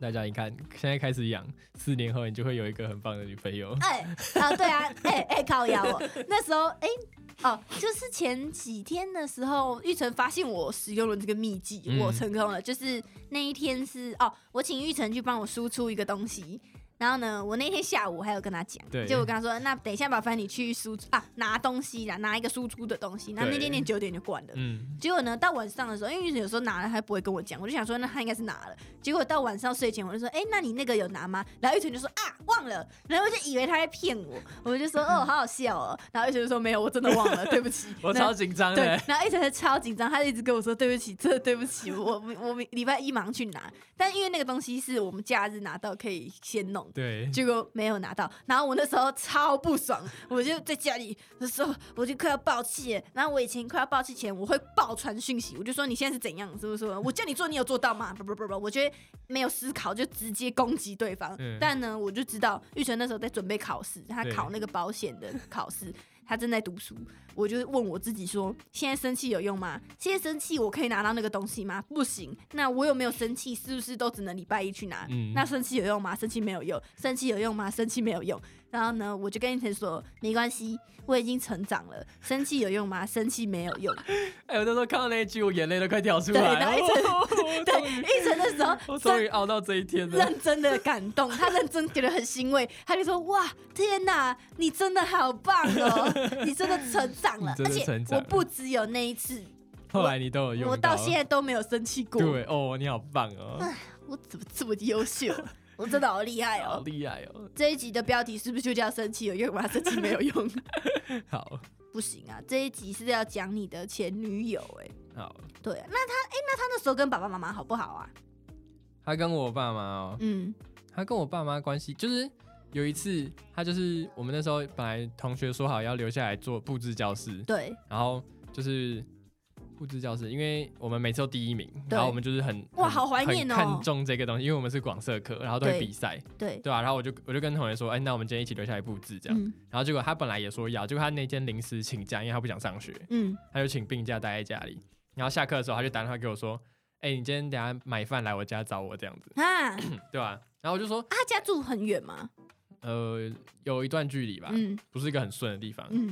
Speaker 3: 大家你看，现在开始养，四年后你就会有一个很棒的女朋友。
Speaker 1: 哎、啊，对啊，哎、哎、靠腰哦，那时候哎、哦，就是前几天的时候，玉成发现我使用了这个秘技，
Speaker 3: 嗯
Speaker 1: 我成功了。就是那一天是哦，我请玉成去帮我输出一个东西。然后呢，我那天下午还有跟他讲，
Speaker 3: 对
Speaker 1: 就我跟他说，那等一下麻烦你去输出啊，拿东西啦，拿一个输出的东西。然后那
Speaker 3: 对
Speaker 1: 天店九点就关了。
Speaker 3: 嗯，
Speaker 1: 结果呢，到晚上的时候，因为有时候拿了他不会跟我讲，我就想说那他应该是拿了。结果到晚上睡前，我就说：“哎、那你那个有拿吗？”然后玉成就说：“啊，忘了。”然后我就以为他在骗我，我就说：“哦，好好笑哦。”然后玉成就说：“没有，我真的忘了，对不
Speaker 3: (laughs)
Speaker 1: 起。那”
Speaker 3: 我超紧张
Speaker 1: 对
Speaker 3: 的，，
Speaker 1: 然后一直超紧张，他一直跟我说对不起，真的对不起，我我我礼拜一忙去拿，但因为那个东西是我们假日拿到可以先弄，
Speaker 3: 对，
Speaker 1: 结果没有拿到，然后我那时候超不爽，
Speaker 3: (laughs)
Speaker 1: 我就在家里的时候，我就快要爆气了。然后我以前快要爆气前，我会爆传讯息，我就说你现在是怎样，是不是？我叫你做，你有做到吗？不不不不，我觉得没有思考就直接攻击对方。
Speaker 3: 嗯
Speaker 1: 但呢，我就知道玉成那时候在准备考试，他
Speaker 3: 对
Speaker 1: 考那个保险的考试。他正在读书，我就问我自己说：现在生气有用吗？现在生气我可以拿到那个东西吗？不行。那我有没有生气？是不是都只能礼拜一去拿？
Speaker 3: 嗯
Speaker 1: 那生气有用吗？生气没有用，生气有用吗？生气没有用。然后呢，我就跟一晨说，没关系，我已经成长了。生气有用吗？生气没有用。
Speaker 3: 哎，我那时候看到那一句，我眼泪都快掉出
Speaker 1: 对然
Speaker 3: 来
Speaker 1: 后一
Speaker 3: 了。
Speaker 1: 直
Speaker 3: 哦 (laughs) 我
Speaker 1: (laughs) 对
Speaker 3: 终，于
Speaker 1: 一晨那时候
Speaker 3: (laughs) 我
Speaker 1: 真
Speaker 3: 终于熬到这一天了。
Speaker 1: 认真的感动，他认真觉得很欣慰，他就说：“哇，天哪，你真的好棒
Speaker 3: (laughs)
Speaker 1: 哦，你真的成长了，
Speaker 3: 你真的成长
Speaker 1: 而且我
Speaker 3: 了
Speaker 1: 不只有那一次，
Speaker 3: 后来你都有用
Speaker 1: 我到现在哎都没有生气过。
Speaker 3: 对哦，你好棒哦，
Speaker 1: 我怎么这么优 (laughs) 秀？我真的好厉害
Speaker 3: 好
Speaker 1: 哦！
Speaker 3: 厉害哦。
Speaker 1: 这一集的标题是不是就叫生气有用吗？生气没有用，
Speaker 3: 好
Speaker 1: (laughs) 不行啊！这一集是要讲你的前女友、哎，
Speaker 3: 好，
Speaker 1: 对啊，那他哎、那他那时候跟爸爸妈妈好不好啊？
Speaker 3: 他跟我爸妈哦，
Speaker 1: 嗯
Speaker 3: 他跟我爸妈关系就是有一次，他就是我们那时候本来同学说好要留下来做布置教室，
Speaker 1: 对，
Speaker 3: 然后就是布置教室，因为我们每次都第一名，
Speaker 1: 对
Speaker 3: 然后我们就是很
Speaker 1: 哇
Speaker 3: 很
Speaker 1: 好怀念哦
Speaker 3: 很看重这个东西，因为我们是广社科，然后都会
Speaker 1: 对
Speaker 3: 比赛，
Speaker 1: 对，
Speaker 3: 对啊吧、然后我就我就跟同学说，哎，那我们今天一起留下来布置这样。
Speaker 1: 嗯
Speaker 3: 然后结果他本来也说要，结果他那天临时请假，因为他不想上学，
Speaker 1: 嗯，
Speaker 3: 他就请病假待在家里。然后下课的时候，他就打电话给我说，哎，你今天等一下买饭来我家找我这样子，
Speaker 1: (coughs) 啊，
Speaker 3: 对吧、然后我就说，
Speaker 1: 他家住很远吗？
Speaker 3: 呃，有一段距离吧，
Speaker 1: 嗯
Speaker 3: 不是一个很顺的地方。
Speaker 1: 嗯，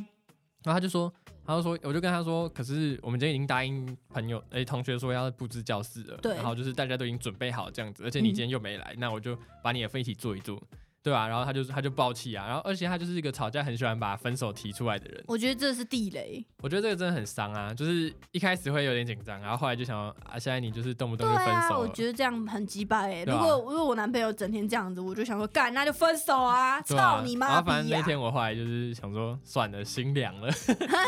Speaker 3: 然后他就说，他就说，我就跟他说，可是我们今天已经答应朋友诶同学说要布置教室了，
Speaker 1: 对
Speaker 3: 然后就是大家都已经准备好这样子，而且
Speaker 1: 嗯
Speaker 3: 你今天又没来，那我就把你的份一起做一做，对吧、然后他就他就爆气啊，然后而且他就是一个吵架很喜欢把分手提出来的人，
Speaker 1: 我觉得这是地雷。
Speaker 3: 我觉得这个真的很伤啊，就是一开始会有点紧张，然后后来就想要啊，现在你就是动不动就分
Speaker 1: 啊，
Speaker 3: 手
Speaker 1: 我
Speaker 3: 了，
Speaker 1: 觉得这样很鸡巴哎。
Speaker 3: 对
Speaker 1: 如
Speaker 3: 啊
Speaker 1: 果如果我男朋友整天这样子，我就想说干，那就分手啊！
Speaker 3: 对啊
Speaker 1: 操你
Speaker 3: 然
Speaker 1: 妈
Speaker 3: 后反
Speaker 1: 逼
Speaker 3: 正那
Speaker 1: 呀！
Speaker 3: 天我后来就是想说，算了， (laughs) 心凉了，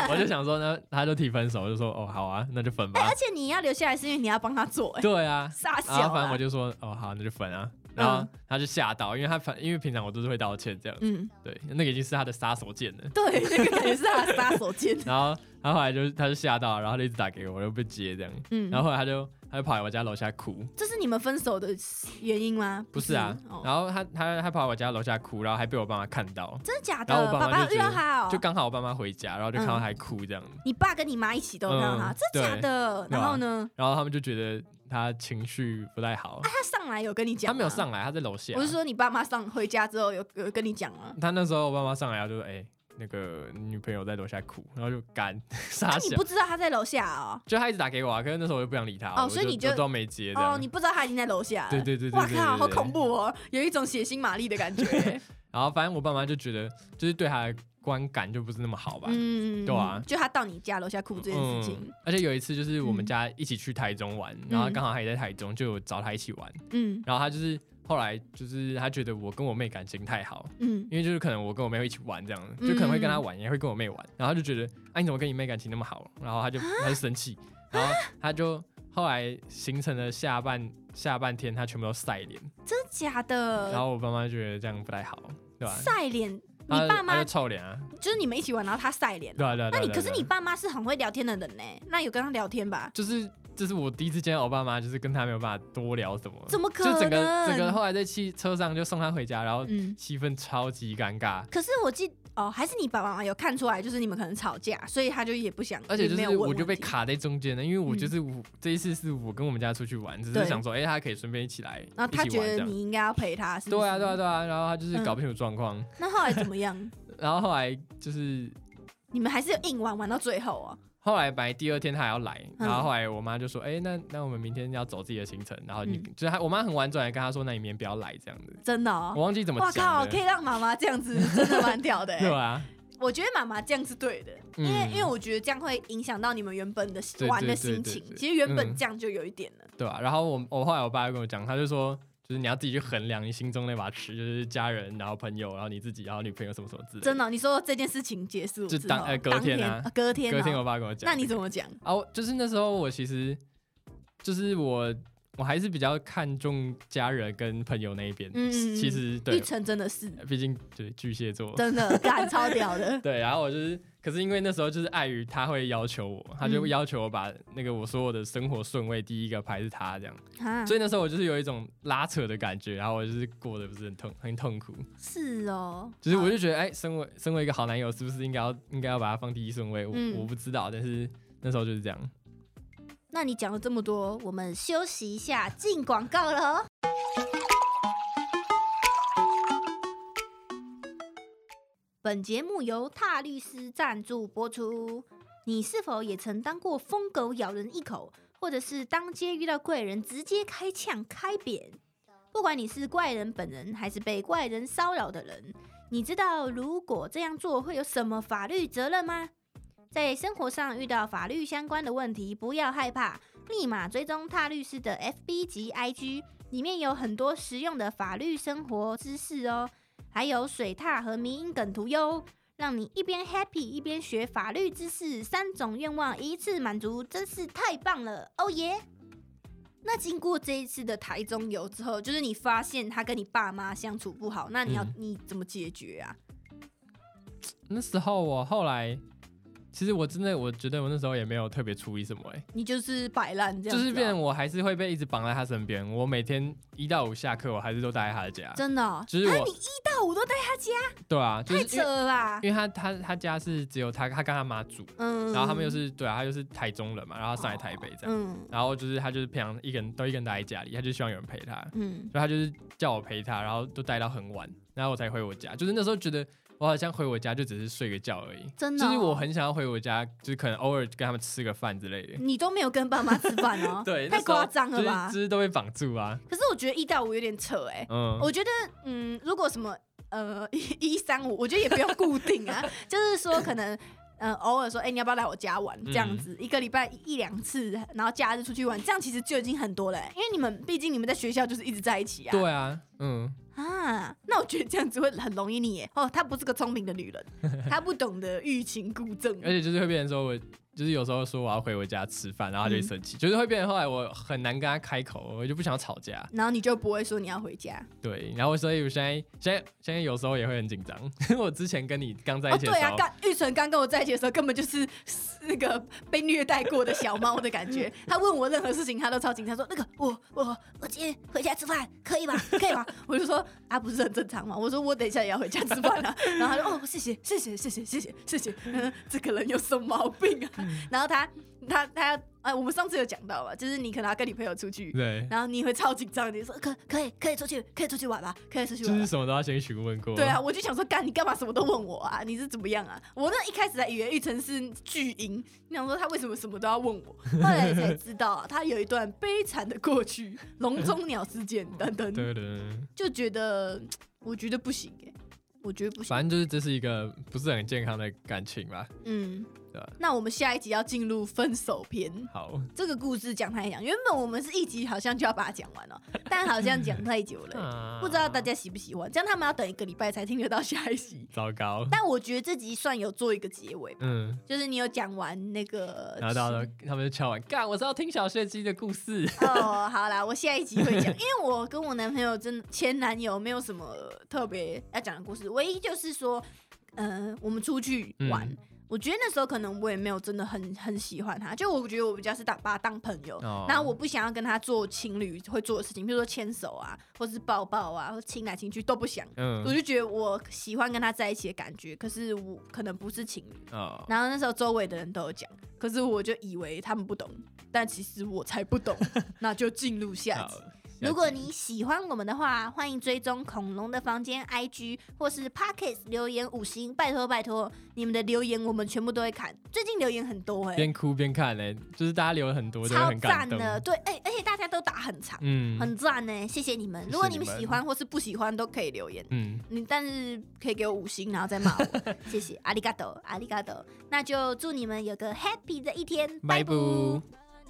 Speaker 3: 我就想说呢，他就提分手，我就说哦，好啊，那就分吧。
Speaker 1: 哎而且你要留下来是因为你要帮他做哎，
Speaker 3: 对啊，
Speaker 1: (laughs) 傻
Speaker 3: 然后
Speaker 1: 小
Speaker 3: 反正我
Speaker 1: 啊。
Speaker 3: 就说哦，好，那就分啊。然后他就吓到，因为他反因为平常我都是会道歉这样，
Speaker 1: 嗯，
Speaker 3: 对，那个已经是他的杀手锏了。
Speaker 1: 对，那个感觉是他的杀手锏。
Speaker 3: (laughs) 然后他后来就他就吓到，然后他就一直打给我，我又不接这样。
Speaker 1: 嗯，
Speaker 3: 然后后来他就他就跑来我家楼下哭，
Speaker 1: 这是你们分手的原因吗？
Speaker 3: 不是啊，
Speaker 1: 哦，
Speaker 3: 然后他他他跑来我家楼下哭，然后还被我爸妈看到，
Speaker 1: 真的假
Speaker 3: 然后
Speaker 1: 的？
Speaker 3: 我爸
Speaker 1: 爸
Speaker 3: 妈
Speaker 1: 爸
Speaker 3: 就
Speaker 1: 遇
Speaker 3: 觉
Speaker 1: 到
Speaker 3: 得
Speaker 1: 他哦，嗯
Speaker 3: 就刚好我爸妈回家，然后就看到他还哭这样，
Speaker 1: 你爸跟你妈一起都有看到他，
Speaker 3: 嗯
Speaker 1: 真假的？
Speaker 3: 对
Speaker 1: 然
Speaker 3: 啊
Speaker 1: 后呢？
Speaker 3: 然后他们就觉得他情绪不太好，
Speaker 1: 啊他上来有跟你讲？啊
Speaker 3: 他没有，上来，他在楼下。
Speaker 1: 我是说你爸妈上回家之后有有跟你讲吗？
Speaker 3: 他那时候我爸妈上来，他就说：“哎、那个女朋友在楼下哭。”然后就干 (laughs) 傻
Speaker 1: 那啊你
Speaker 3: 笑
Speaker 1: 不，知道他在楼下哦？
Speaker 3: 就他一直打给我啊，可是那时候我就不想理他，
Speaker 1: 哦
Speaker 3: 我
Speaker 1: 所以你就
Speaker 3: 就我都没接这样。
Speaker 1: 哦，你不知道他已经在楼下了。
Speaker 3: 对对对对
Speaker 1: 哇
Speaker 3: 对
Speaker 1: 靠，
Speaker 3: 对
Speaker 1: 好
Speaker 3: 对
Speaker 1: 恐怖哦，有一种血腥玛丽的
Speaker 3: (laughs)
Speaker 1: 感觉。
Speaker 3: 然后反正我爸妈就觉得，就是对他的观感就不是那么好吧。
Speaker 1: 嗯，
Speaker 3: 对啊
Speaker 1: 就他到你家楼下哭这件事情。
Speaker 3: 而且有一次就是我们家一起去台中玩，然后刚好他也在台中，就有找他一起玩。
Speaker 1: 嗯
Speaker 3: 然后他就是后来就是他觉得我跟我妹感情太好，
Speaker 1: 嗯
Speaker 3: 因为就是可能我跟我妹会一起玩这样，
Speaker 1: 嗯
Speaker 3: 就可能会跟她玩，也会跟我妹玩，然后她就觉得，啊你怎么跟你妹感情那么好？然
Speaker 1: (laughs)
Speaker 3: 后她就她就生气，然后她就后来形成了下半下半天，她全部都晒脸，
Speaker 1: 真的假
Speaker 3: 然
Speaker 1: 的？
Speaker 3: 后我爸妈觉得这样不太好，对啊吧？
Speaker 1: 晒脸，你
Speaker 3: 她
Speaker 1: 爸
Speaker 3: 她
Speaker 1: 妈
Speaker 3: 就臭脸啊，
Speaker 1: 就是你们一起玩，然后他晒脸。
Speaker 3: 对啊对啊。
Speaker 1: 那
Speaker 3: 对啊
Speaker 1: 你
Speaker 3: 对啊
Speaker 1: 可是
Speaker 3: 对啊
Speaker 1: 你爸妈是很会聊天的人呢，那有跟他聊天吧？
Speaker 3: 就是这是我第一次见到欧巴妈，就是跟他没有办法多聊什么，
Speaker 1: 怎么可
Speaker 3: 嗯
Speaker 1: 能？
Speaker 3: 就整个整个后来在汽车上就送他回家，然后
Speaker 1: 嗯，
Speaker 3: 气氛超级尴尬，
Speaker 1: 可是我记哦，还是你爸爸妈妈有看出来，就是你们可能吵架，所以他就也不想，
Speaker 3: 而且就
Speaker 1: 也没有
Speaker 3: 是
Speaker 1: 问
Speaker 3: 我就被
Speaker 1: 问题，
Speaker 3: 卡在中间了，因为我
Speaker 1: 嗯
Speaker 3: 就是我这一次是我跟我们家出去玩，只
Speaker 1: 对
Speaker 3: 是想说，哎，他可以顺便一起来，
Speaker 1: 然后他
Speaker 3: 一起
Speaker 1: 觉
Speaker 3: 玩这
Speaker 1: 得
Speaker 3: 样
Speaker 1: 你应该要陪他，是不是？
Speaker 3: 对啊对啊啊。对啊，然后他就是
Speaker 1: 嗯
Speaker 3: 搞不清楚状况，
Speaker 1: 那后来怎么
Speaker 3: (laughs)
Speaker 1: 样？
Speaker 3: 然后后来就是
Speaker 1: 你们还是有硬玩玩到最后哦。
Speaker 3: 后来本来第二天他还要来，
Speaker 1: 嗯
Speaker 3: 然后后来我妈就说：“哎、那那我们明天要走自己的行程。”然后你、
Speaker 1: 嗯
Speaker 3: 就是他，我妈很婉转的跟他说：“那你明天不要来这样子。
Speaker 1: 真的哦
Speaker 3: 我。忘记怎么
Speaker 1: 哇靠，
Speaker 3: 讲
Speaker 1: 可
Speaker 3: 的，
Speaker 1: 以让妈妈这样子，真的蛮屌的、
Speaker 3: (laughs) 对
Speaker 1: 欸。
Speaker 3: 吧？
Speaker 1: 我觉得妈妈这样是对的，因为、
Speaker 3: 嗯
Speaker 1: 因为我觉得这样会影响到你们原本的
Speaker 3: 对
Speaker 1: 玩的
Speaker 3: 对对
Speaker 1: 心
Speaker 3: 对
Speaker 1: 情。
Speaker 3: 对
Speaker 1: 其实原本
Speaker 3: 嗯
Speaker 1: 这样就有一点了。
Speaker 3: 对啊吧、然后我我后来我爸就跟我讲，他就说：“就是你要自己去衡量你心中那把尺，就是家人，然后朋友，然后你自己，然后女朋友什么什么之类的。”
Speaker 1: 真的哦、你说这件事情结束
Speaker 3: 就
Speaker 1: 之
Speaker 3: 当
Speaker 1: 后
Speaker 3: 呃隔
Speaker 1: 当
Speaker 3: 天啊
Speaker 1: 呃隔天、哦，
Speaker 3: 隔天我爸跟我讲，
Speaker 1: 那你怎么讲？
Speaker 3: 啊，我就是那时候我其实就是我我还是比较看重家人跟朋友那一边。
Speaker 1: 嗯嗯嗯
Speaker 3: 其实
Speaker 1: 玉
Speaker 3: 对，哎
Speaker 1: 成真的是
Speaker 3: 毕竟对巨蟹座，
Speaker 1: 真的干超屌的，
Speaker 3: (laughs) 对，然后我就是，可是因为那时候就是碍于他会要求我，他就
Speaker 1: 嗯
Speaker 3: 要求我把那个我所有的生活顺位第一个排是他这样，
Speaker 1: 啊
Speaker 3: (laughs) 所以那时候我就是有一种拉扯的感觉，然后我就是过得不是很痛很痛苦，
Speaker 1: 是哦，
Speaker 3: 就是我
Speaker 1: 好
Speaker 3: 就觉得哎，身为身为一个好男友，是不是应该要应该要把他放第一顺位？我、
Speaker 1: 嗯
Speaker 3: 我不知道，但是那时候就是这样。
Speaker 1: 那你讲了这么多，我们休息一下，进广告哦喽。本节目由踏律师赞助播出。你是否也曾当过疯狗咬人一口，或者是当街遇到怪人直接开枪开扁？不管你是怪人本人，还是被怪人骚扰的人，你知道如果这样做会有什么法律责任吗？在生活上遇到法律相关的问题，不要害怕，立马追踪踏律师的 FB 及 IG，里面有很多实用的法律生活知识哦，还有水踏和迷因梗图哟，让你一边 happy 一边学法律知识，三种愿望一次满足，真是太棒了，哦耶！那经过这一次的台中游之后，就是你发现他跟你爸妈相处不好，那你要、
Speaker 3: 嗯
Speaker 1: 你怎么解决啊？
Speaker 3: 那时候我后来，其实我真的我觉得我那时候也没有特别注意什么、欸，
Speaker 1: 你就是摆烂这样
Speaker 3: 就
Speaker 1: 子啊、
Speaker 3: 是变成我还是会被一直绑在他身边，我每天一到五下课我还是都待在他的家，
Speaker 1: 真的哦、
Speaker 3: 就是
Speaker 1: 啊
Speaker 3: 我
Speaker 1: 你一到五都待
Speaker 3: 对啊，就
Speaker 1: 太
Speaker 3: 是
Speaker 1: 扯
Speaker 3: 因为
Speaker 1: 了
Speaker 3: (laughs)
Speaker 1: 啦！
Speaker 3: 因为他他他家是只有他他跟他妈住，
Speaker 1: 嗯
Speaker 3: 然后他们又是对啊，他就是台中人嘛，然后上来台北这样，
Speaker 1: 嗯
Speaker 3: 然后就是他就是平常一个人都一个人待在家里，他就希望有人陪他，
Speaker 1: 嗯，
Speaker 3: 所以他就是叫我陪他，然后都待到很晚，然后我才回我家，就是那时候觉得我好像回我家就只是睡个觉而已。
Speaker 1: 真的
Speaker 3: 就
Speaker 1: 哦、
Speaker 3: 是我很想要回我家，就是可能偶尔跟他们吃个饭之类的。
Speaker 1: 你都没有跟爸妈吃饭哦，
Speaker 3: (laughs) 对，
Speaker 1: 嗯太
Speaker 3: 那时候
Speaker 1: 夸张了吧
Speaker 3: 就是？就是都被绑住啊。
Speaker 1: 可是我觉得一到五有点扯哎、
Speaker 3: 嗯，
Speaker 1: 我觉得嗯，如果什么呃一一三五，我觉得也不用固定
Speaker 3: (laughs)
Speaker 1: 啊，就是说可能。嗯，偶尔说，哎、你要不要来我家玩？
Speaker 3: 嗯
Speaker 1: 这样子，一个礼拜一一两次，然后假日出去玩，这样其实就已经很多了、欸因为你们毕竟你们在学校就是一直在一起啊。
Speaker 3: 对啊，嗯，
Speaker 1: 啊，那我觉得这样子会很容易腻耶。哦，她不是个聪明的女人，她不懂得欲擒故纵。啊
Speaker 3: 而且就是会变成说我，就是有时候说我要回我家吃饭，然后
Speaker 1: 嗯
Speaker 3: 他就会生气，就是会变成后来我很难跟他开口，我就不想要吵架。
Speaker 1: 然后你就不会说你要回家
Speaker 3: 对，然后所以我现在现在现在有时候也会很紧张， (laughs) 我之前跟你刚在
Speaker 1: 哦，
Speaker 3: 一起的
Speaker 1: 对
Speaker 3: 时
Speaker 1: 啊，
Speaker 3: 候，
Speaker 1: 刚玉纯刚跟我在一起的时候，根本就是是那个被虐待过的小猫的感
Speaker 3: (laughs)
Speaker 1: 觉。他问我任何事情，他都超紧张，说那个我我我今天回家吃饭可
Speaker 3: (laughs)
Speaker 1: 以吗？可以吗？我就说啊，不是很正常吗？我说我等一下也要回家吃饭
Speaker 3: (laughs)
Speaker 1: 啊。然后他说哦，谢谢谢谢谢谢谢谢谢谢， (laughs) 嗯，这个人有什么毛病啊？
Speaker 3: 嗯
Speaker 1: 然后他他他呃，我们上次有讲到吧，就是你可能要跟你朋友出去，
Speaker 3: 对， (laughs)
Speaker 1: 然后你会超紧张，你说呃可可以可以出去可以出去玩吧，可以出去
Speaker 3: 就
Speaker 1: 玩吧
Speaker 3: 是。什么都要先询问过。
Speaker 1: 对啊，，我就想说，干你干嘛什么都问我啊？你是怎么样啊？我那一开始还以为玉成是巨婴，你想说他为什么什么都要问我？后来才知道、啊、他有一段悲惨的过去，笼中鸟事件等等，
Speaker 3: 对对，
Speaker 1: 就觉得我觉得不行哎、我觉得不行。
Speaker 3: 反正就是这是一个不是很健康的感情吧。
Speaker 1: 嗯
Speaker 3: 对啊，
Speaker 1: 那我们下一集要进入分手篇。
Speaker 3: 好，
Speaker 1: 这个故事讲太讲，原本我们是一集好像就要把它讲完了，但好像讲太久了欸、
Speaker 3: 啊 (laughs)
Speaker 1: 不知道大家喜不喜欢，这样他们要等一个礼拜才听得到下一集。
Speaker 3: 糟糕，
Speaker 1: 但我觉得这集算有做一个结尾吧，
Speaker 3: 嗯，
Speaker 1: 就是你有讲完那个，
Speaker 3: (laughs) 然后到了他们就敲完，干，我是要听小学鸡的故事。
Speaker 1: 哦，好啦，我下一集会讲，因为我跟我男朋友真的前男友没有什么特别要讲的故事，唯一就是说，呃，我们出去玩，
Speaker 3: 嗯
Speaker 1: 我觉得那时候可能我也没有真的很很喜欢他，就我觉得我比较是当把他当朋友，
Speaker 3: 哦
Speaker 1: 然后我不想要跟他做情侣会做的事情，比如说牵手啊，或是抱抱啊，或亲来亲去都不想。我
Speaker 3: 嗯
Speaker 1: 就觉得我喜欢跟他在一起的感觉，可是我可能不是情侣。
Speaker 3: 哦，
Speaker 1: 然后那时候周围的人都有讲，可是我就以为他们不懂，但其实我才不
Speaker 3: (laughs)
Speaker 1: 懂。那就进入下
Speaker 3: 好
Speaker 1: 集。
Speaker 3: 下
Speaker 1: 如果
Speaker 3: 集
Speaker 1: 你喜欢我们的话，欢迎追踪恐龙的房间 IG 或是 Pockets 留言五星，拜托拜托，你们的留言我们全部都会看。最近留言很多哎、
Speaker 3: 边哭边看嘞，就是大家留了很多，就会
Speaker 1: 超
Speaker 3: 很感
Speaker 1: 赞
Speaker 3: 动。
Speaker 1: 的，对，哎、而且大家都打很长，
Speaker 3: 嗯
Speaker 1: 很赞呢、谢谢你们。
Speaker 3: 谢
Speaker 1: 如果你
Speaker 3: 你
Speaker 1: 们
Speaker 3: 们
Speaker 1: 喜欢或是不喜欢都可以留言。
Speaker 3: 嗯，
Speaker 1: 你但是可以给我五星，然后再骂我，谢谢，阿里嘎多，阿里嘎多，那就祝你们有个 happy 的一天，
Speaker 3: 拜拜。